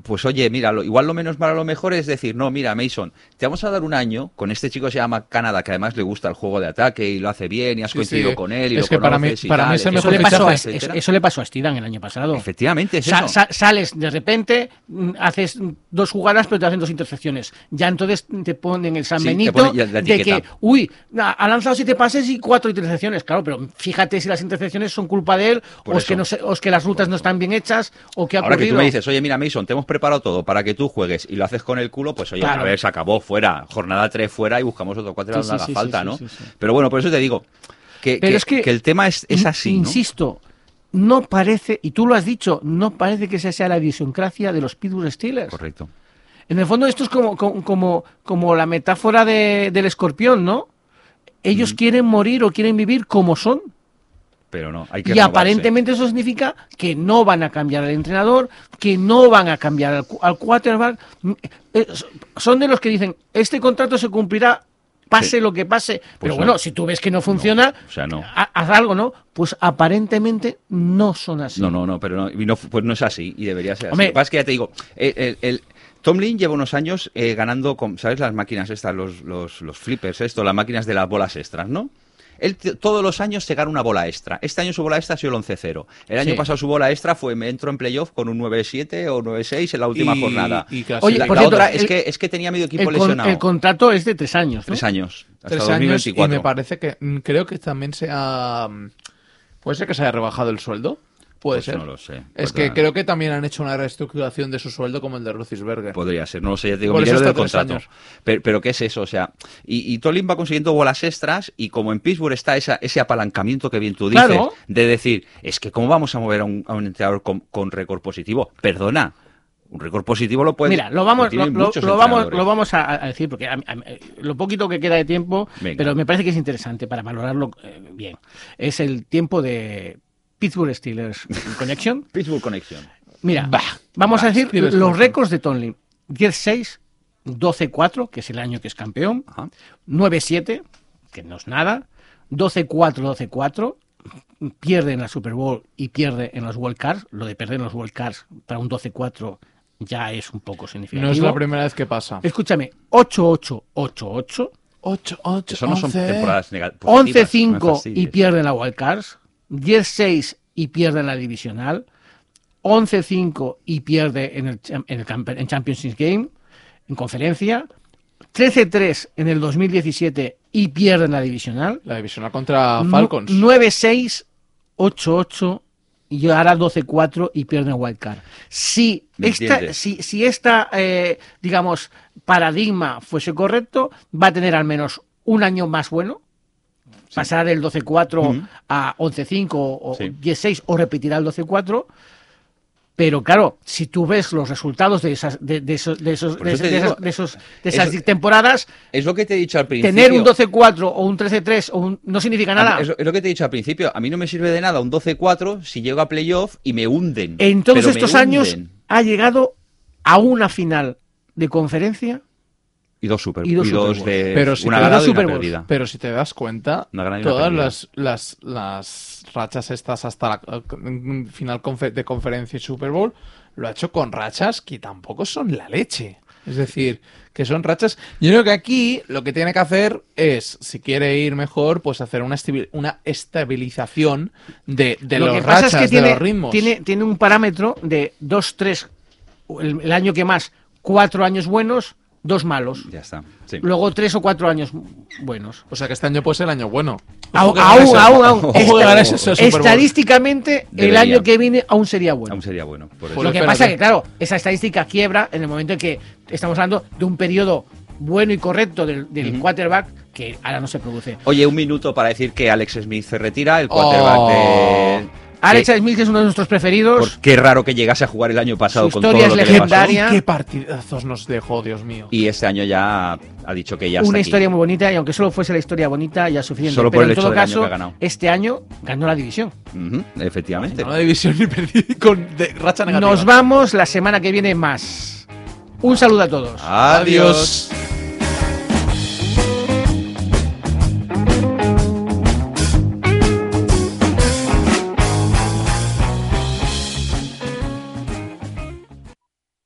pues oye, mira, lo- igual lo menos malo, lo mejor es decir, no, mira, Mason, te vamos a dar un año con este chico que se llama Canadá, que además le gusta el juego de ataque y lo hace bien y has Sí, coincidido sí. con él y Es lo que para mí- conoces y para mí tal, es Eso el mejor le, pasó a, fichaje, eso, etcétera. eso le pasó a Steedham el año pasado. Efectivamente, es Sa- eso. sa- sales de repente, mm, haces mm, dos jugadas, pero te hacen dos intercepciones. Ya entonces te ponen el San Sí, te Benito ponen ya la de etiqueta. que, uy, na- ha lanzado siete pases y cuatro intercepciones. Claro, pero fíjate si las intercepciones son culpa de él, Por o es, que eso. no se- o es que las rutas no están bien hechas, o que ha Ahora que tú ocurrido. me dices, oye, mira, Mason, te hemos preparado todo para que tú juegues y lo haces con el culo, pues oye, Claro. a ver, se acabó, fuera, jornada 3 fuera y buscamos otro 4 Sí, donde sí, haga sí, falta, sí, ¿no? sí, sí, sí. Pero bueno, por eso te digo que, Pero que- es que- que el tema es, es In- así, ¿no? Insisto, no parece, y tú lo has dicho, no parece que esa sea la idiosincrasia de los Pittsburgh Steelers. Correcto. En el fondo esto es como, como, como, como la metáfora de- del escorpión, ¿no? Ellos quieren morir o quieren vivir como son. Pero no, hay que Y renovarse. aparentemente eso significa que no van a cambiar al entrenador, que no van a cambiar al, cu- al quarterback. Mm, eh, so- Son de los que dicen, este contrato se cumplirá pase Sí. Pues lo que pase. Pero no. bueno, si tú ves que no funciona, o sea, no. ha- haz algo, ¿no? Pues aparentemente no son así. No, no, no, pero no, y no- pues no es así y debería ser así. Hombre. Lo que pasa es que ya te digo, eh, el, el- Tomlin lleva unos años eh, ganando, con, ¿sabes? Las máquinas estas, los, los, los flippers, esto, las máquinas de las bolas extras, ¿no? Él t- todos los años se gana una bola extra. Este año su bola extra ha sido el 11-0. El año Sí. pasado su bola extra fue, me entro en playoff con un 9-7 o 9-6 en la última Y- jornada. y casi Oye, la la- por cierto, otra es, el- que, es que tenía medio equipo El, con- lesionado. el contrato es de tres años. ¿no? Tres años, hasta tres años 2024. y me parece que mm, creo que también sea mm, puede ser que se haya rebajado el sueldo puede Pues ser no lo sé. es Pues que nada. creo que también han hecho una reestructuración de su sueldo como el de Roethlisberger Podría ser, no lo sé, ya te digo, Por miré eso lo del está tres contrato. años. Pero, pero ¿qué es eso? O sea, y, y Tolin va consiguiendo bolas extras y como en Pittsburgh está esa, ese apalancamiento que bien tú dices, Claro. de decir, es que ¿cómo vamos a mover a un, a un entrenador con, con récord positivo? Perdona, un récord positivo lo puede... Mira, lo vamos, lo, tienen lo- Pues, muchos lo vamos, entrenadores. lo vamos a, a decir porque a- a- lo poquito que queda de tiempo, Venga. pero me parece que es interesante para valorarlo eh, bien. Es el tiempo de Pittsburgh Steelers Connection. Pittsburgh Connection. Mira, vamos a Bah, decir Steelers los Connection. récords de Tomlin: 10-6, 12-4, que es el año que es campeón, Ajá. 9-7, que no es nada, 12-4, 12-4, pierde en la Super Bowl y pierde en los World Cards. Lo de perder en los World Cards para un 12-4 ya es un poco significativo. no es la primera vez que pasa Escúchame, 8-8-8-8, 8 8 Eso no son temporadas negativas. 11-5 y pierden la Wild Cards, 10-6 y pierden la divisional, 11-5 y pierde en el, cham- en el campe- en Champions League Game, en conferencia, 13-3 en el 2017 y pierden la divisional, la divisional contra Falcons nu- 9-6, 8-8 y ahora 12-4 y pierden wildcard. Si ¿Me esta, entiendes? si, si esta eh, digamos, paradigma fuese correcto, va a tener al menos un año más bueno. Pasará del 12-4 Ujú. a 11-5 o Sí. 16 o repetirá el 12-4. Pero claro, si tú ves los resultados de esas, de, de esos, de esos- Por de eso te esas- digo, de esos- de esas eso- temporadas, Es lo que te he dicho al principio. tener un 12-4 o un 13-3 o un- no significa A mí- nada. Es, lo- es lo que te he dicho al principio. A mí no me sirve de nada un 12-4 si llego a playoff y me hunden. En todos Pero me estos años hunden. ha llegado a una final de conferencia. Y dos Super Y dos y Super dos Bowls. de Pero si Eh, una te- ganada dos y una Super Bowls. perdida. Pero si te das cuenta, Una gran y una todas perdida. las, las, las rachas estas hasta la eh, con- final confe- de conferencia y Super Bowl lo ha hecho con rachas que tampoco son la leche. Es decir, que son rachas. Yo creo que aquí lo que tiene que hacer es, si quiere ir mejor, pues hacer una, estabil- una estabilización de, de lo los que pasa rachas, es que tiene, de los ritmos. Tiene, tiene un parámetro de 2, 3, el, el año que más, 4 años buenos, 2 malos. Ya está. Sí. Luego 3 o 4 años buenos. O sea que este año puede ser el año bueno. Aún, Ojo que aún, ganas- aún, aún. ojo que Esta- ganas ese Super Bowl. estadísticamente, el Debería. año que viene aún sería bueno. Aún sería bueno. Por eso. Pues lo que espérate. pasa es que, claro, esa estadística quiebra en el momento en que estamos hablando de un periodo bueno y correcto del, del quarterback que ahora no se produce. Oye, un minuto para decir que Alex Smith se retira, el quarterback Oh. de... Alex Smith, que es uno de nuestros preferidos. Por- qué raro que llegase a jugar el año pasado Su con todo historia lo es que le pasó. legendaria. ¿Qué partidazos nos dejó, Dios mío? Y este año ya ha dicho que ya está Una aquí. historia muy bonita, y aunque solo fuese la historia bonita, ya es suficiente. Solo por Pero el en hecho todo del año caso, que ha ganado. este año ganó la división. Ujú, efectivamente. No la división ni perdí con de- racha negativa. Nos vamos la semana que viene más. Un saludo a todos. Adiós. Adiós.